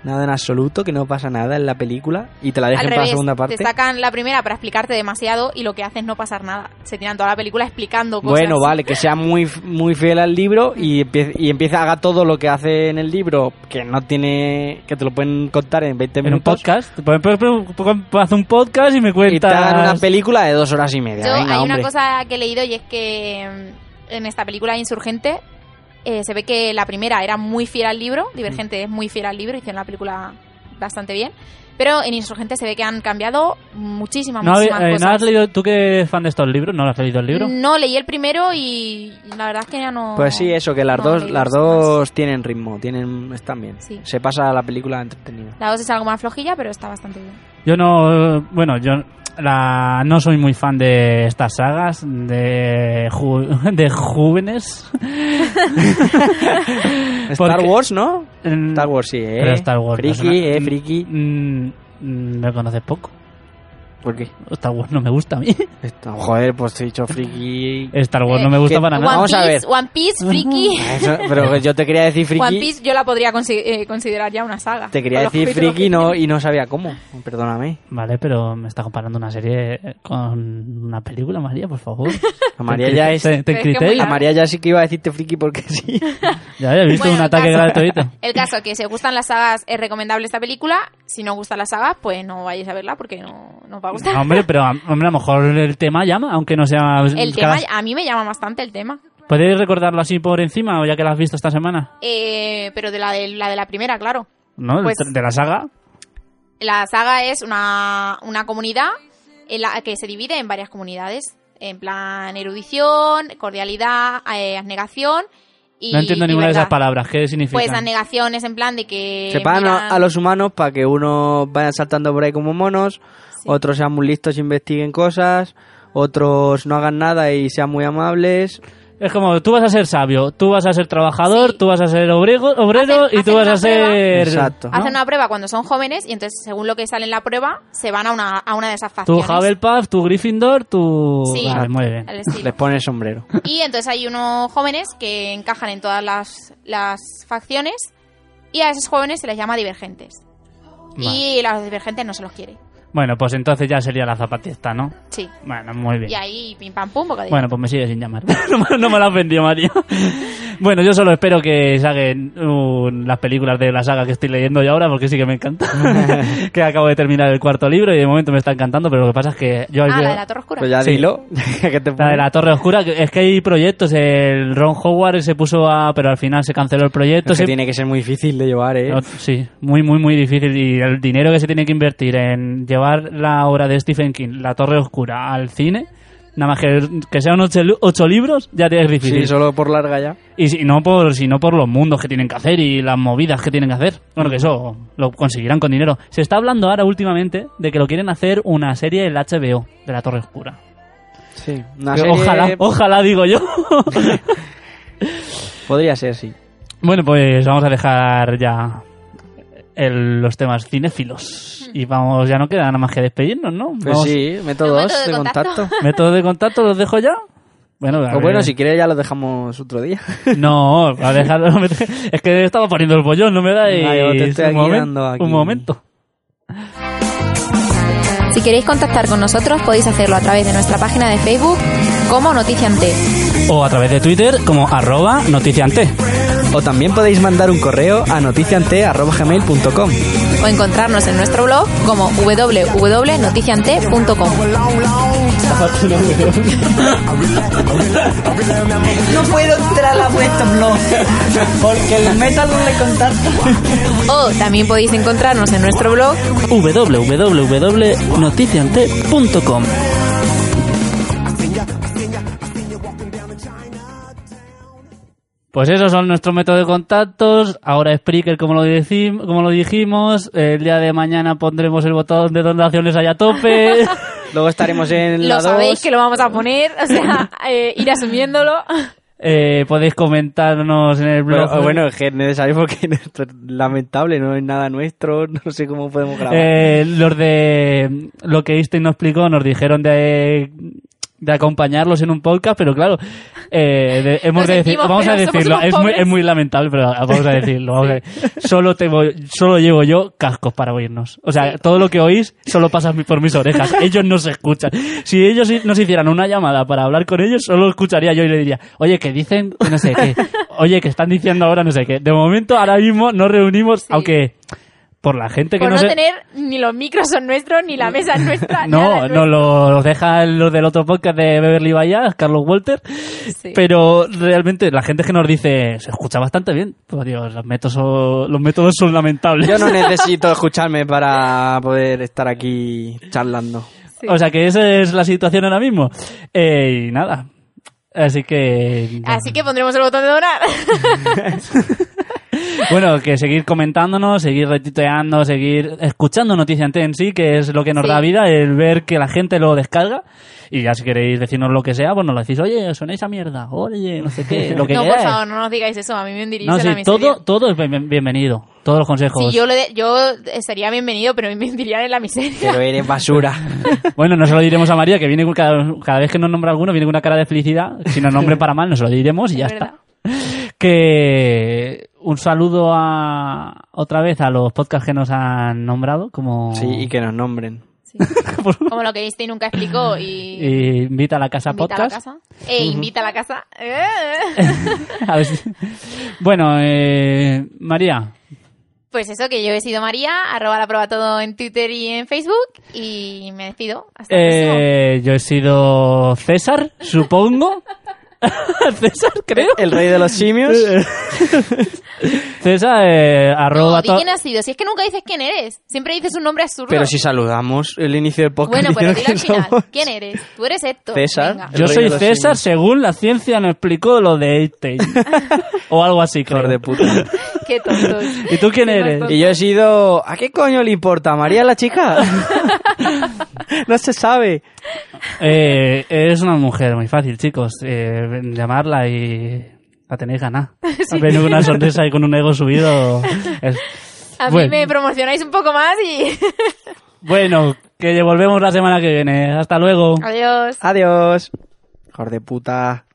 nada en absoluto, que no pasa nada en la película, y te la al dejen para la revés segunda parte. te sacan la primera para explicarte demasiado y lo que haces es no pasar nada se tiran toda la película explicando cosas Bueno, vale, que sea muy, f- muy fiel al libro y empieza, y empieza a haga todo lo que hace en el libro, que no tiene, que te lo pueden contar en 20 En un minutos. podcast. Por ejemplo, Haz un podcast y me Y te hagan una cuentas. película de dos horas y media. Yo, Venga, hay hombre. una cosa que he leído y es que mm, en esta película Insurgente eh, se ve que la primera era muy fiel al libro, Divergente es muy fiel al libro, hicieron la película bastante bien, pero en Insurgente se ve que han cambiado muchísimas, ¿No, muchísimas eh, ¿no cosas. Mm. has leído tú que eres fan de estos libros? ¿No has leído el libro? No, leí el primero y la verdad es que ya no... Pues sí, eso, que las no dos, leí las los demás. dos tienen ritmo, tienen, están bien. Sí. Se pasa la [LAUGHS] película entretenida. La dos es algo más flojilla, pero está bastante bien. Yo no. eh, Bueno, yo la, no soy muy fan de estas sagas, de, ju- [LAUGHS] de jóvenes. Star Porque- Wars, ¿no? Mm, Star Wars, sí, eh. Pero Star Wars. Friki, no es una- eh, friki. Mm, mm, me conoces poco. ¿Por qué? Star Wars no me gusta a mí. [LAUGHS] Esto- joder, pues te he dicho friki. Star Wars Eh, no me gusta que- para Bueno, nada. One, vamos Piece, a ver. One [LAUGHS] Piece, Friki... Eso- pero yo te quería decir One friki. Piece yo la podría consi- eh, considerar ya una saga. Te quería Con los decir capítulos friki que no, tiene. y no sabía cómo. Perdóname. Vale, pero me está comparando una serie con una película, María, por favor. A [LAUGHS] María ya es. Te, te Pero es que encritéis. muy A María ya sí que iba a decirte friki porque [LAUGHS] sí. Ya había visto Bueno, un ataque casi. gratuito. [LAUGHS] El caso que si os gustan las sagas es recomendable esta película. Si no os gustan las sagas, pues no vayáis a verla porque no, no os va [LAUGHS] a gustar. Ah, Hombre, pero a- hombre, a lo mejor el tema llama, aunque no sea. el tema, cada- a mí me llama bastante el tema. ¿Podéis recordarlo así por encima o ya que lo has visto esta semana? Eh, pero de la, de la de la primera, claro. ¿No? Pues- de la saga. La saga es una, una comunidad en la que se divide en varias comunidades. En plan erudición, cordialidad, eh, abnegación y no entiendo ninguna de libertad. esas palabras. ¿Qué significan? Pues abnegación es en plan de que... Separan a- miran- a los humanos para que unos vayan saltando por ahí como monos, Sí. otros sean muy listos e investiguen cosas, otros no hagan nada y sean muy amables. Es como, tú vas a ser sabio, tú vas a ser trabajador, Sí. tú vas a ser obrego, obrero Hacen- y tú hacen vas una a ser... prueba. Exacto. ¿no? Hacen una prueba cuando son jóvenes y entonces, según lo que sale en la prueba, se van a una, a una de esas Tú facciones. Hufflepuff, tú Gryffindor, tú... Sí. Vale, muy bien. Al [LAUGHS] estilo. Les pone el sombrero. Y entonces hay unos jóvenes que encajan en todas las, las facciones y a esos jóvenes se les llama divergentes. Y los divergentes no se los quiere. Bueno, pues entonces ya sería la zapatista, ¿no? Sí. Bueno, muy bien. Y ahí pim pam pum, bocadillo. Bueno, pues me sigue sin llamar. [LAUGHS] no, me- no me la has vendido, María. bueno, yo solo espero que saquen un- las películas de la saga que estoy leyendo yo ahora, porque sí que me [LAUGHS] encanta. que acabo de terminar el cuarto libro y de momento me está encantando, pero lo que pasa es que yo... ah, yo- la de la Torre Oscura. Pues ya Sí. dilo. [LAUGHS] que te La pone. de la Torre Oscura, que- es que hay proyectos. El Ron Howard se puso a. Pero al final se canceló el proyecto. Es que se- tiene que ser muy difícil de llevar, ¿eh? No, sí, muy, muy, muy difícil. Y el dinero que se tiene que invertir en llevar la obra de Stephen King, La Torre Oscura, al cine, nada más que, que sean ocho, li- ocho libros, ya es difícil. Sí, solo por larga ya. Y si no por, si no por los mundos que tienen que hacer y las movidas que tienen que hacer. Bueno, Mm. que eso lo conseguirán con dinero. Se está hablando ahora últimamente de que lo quieren hacer una serie del HBO de La Torre Oscura. Sí. Una Que serie Ojalá, ojalá digo [LAUGHS] yo. Podría ser, sí. Bueno, pues vamos a dejar ya el- los temas cinéfilos. Y vamos, ya no queda nada más que despedirnos, ¿no? Mm. Pues Vamos- sí, método Los métodos 2 de de contacto. [LAUGHS] contacto. ¿Método de contacto los dejo ya? Bueno, a O ver. bueno, si quieres ya lo dejamos otro día. [LAUGHS] [LAUGHS] No, a dejarlo. Es que estaba poniendo el bollón, no me da. Ah, yo te estoy un, aquí momen- dando aquí. un momento. Si queréis contactar con nosotros podéis hacerlo a través de nuestra página de Facebook como Noticiante. O a través de Twitter como arroba noticiante. O también podéis mandar un correo a noticiante.gmail.com o encontrarnos en nuestro blog como www.noticiante.com. No puedo entrar a vuestro blog porque el metal no le contacta. O también podéis encontrarnos en nuestro blog www.noticiante.com Pues esos son nuestros métodos de contactos. Ahora Spreaker, como lo, decim- como lo dijimos. El día de mañana pondremos el botón de donaciones allá a [LAUGHS] tope. Luego estaremos en la Lo 2. sabéis que lo vamos a poner, [LAUGHS] o sea, eh, ir asumiéndolo. Eh, podéis comentarnos en el blog. Pero, ah, bueno, es que es necesario porque [LAUGHS] esto es lamentable, no es nada nuestro, [LAUGHS] no sé cómo podemos grabar. Eh, los de lo que Einstein nos explicó nos dijeron de, de acompañarlos en un podcast, pero claro, eh, de- hemos Lo de decir, sentimos, vamos a pero somos decirlo, unos es muy, pobres. es muy lamentable, pero vamos a decirlo. vamos a decir. solo, tengo, solo llevo yo cascos para oírnos. O sea, todo lo que oís solo pasa mi- por mis orejas. Ellos no se escuchan. Si ellos hi- nos hicieran una llamada para hablar con ellos, solo escucharía yo y le diría, oye, que dicen no sé qué, oye, que están diciendo ahora no sé qué. De momento, ahora mismo nos reunimos, aunque... Por la gente que Por no nos- e- tener ni los micros son nuestros, ni la mesa es nuestra. nada no, es no, lo- los deja los del otro podcast de Beverly Bahía, Carlos Walter. nuestro. Sí. Pero realmente la gente que nos dice se escucha bastante bien. Pues Dios, los métodos son, los métodos son lamentables. Yo no necesito escucharme para poder estar aquí charlando. O sea que esa es la situación ahora mismo. Eh, y nada. Así que. Así que pondremos el botón de donar. [LAUGHS] Bueno, que seguir comentándonos, seguir retuiteando, seguir escuchando Noticia Ante en sí, que es lo que nos Sí. da vida, el ver que la gente lo descarga. Y ya si queréis decirnos lo que sea, pues nos lo decís, oye, sonéis esa mierda, oye, no sé [LAUGHS] qué, lo que no, por queráis. favor, no nos digáis eso. A mí me No, hundiríais sí, en la miseria. todo, todo es bien- bienvenido. Todos los consejos. Sí, yo, lo de- yo sería bienvenido, pero me hundirían en la miseria. Pero eres [LAUGHS] basura. [LAUGHS] Bueno, no se lo diremos a María, que viene con cada, cada vez que nos nombra alguno, viene con una cara de felicidad. Si nos nombre para mal, nos lo diremos y ya Es verdad. está. [LAUGHS] Que un saludo a otra vez a los podcasts que nos han nombrado, como Sí, y que nos nombren. [LAUGHS] [LAUGHS] Sí. Como lo que Einstein nunca explicó y... y Invita a la Casa Invita Podcast. a la casa. Eh, invita a la casa. [LAUGHS] Eh. A ver si- Bueno, eh, María, Pues eso, que yo he sido María, arroba la prueba todo en Twitter y en Facebook. Y me despido. Hasta el próximo. eh, yo he sido César, supongo. [LAUGHS] César, creo. [LAUGHS] El rey de los simios. César, eh, No, arroba di to- quién has sido. Si es que nunca dices quién eres. Siempre dices un nombre absurdo. Pero si saludamos el inicio del podcast. [LAUGHS] Bueno, [LAUGHS] pero dilo al diciendo final. que somos- ¿Quién eres? Tú eres Héctor. César. Venga. El Yo rey soy de los César simios. según la ciencia nos explicó lo de Einstein. o algo así, creo. Hijos de puta. Qué tontos. [LAUGHS] ¿Y tú quién Qué más eres? tontos. Y yo he sido... ¿A qué coño le importa? ¿María [LAUGHS] la chica? [LAUGHS] no se sabe. Eh, es una mujer muy fácil, chicos. Eh, llamarla y la tenéis ganada. Venir con una sonrisa y con un ego subido. es- A mí Bueno. me promocionáis un poco más y... Bueno, que volvemos la semana que viene. Hasta luego. Adiós. Adiós. Hijos de puta.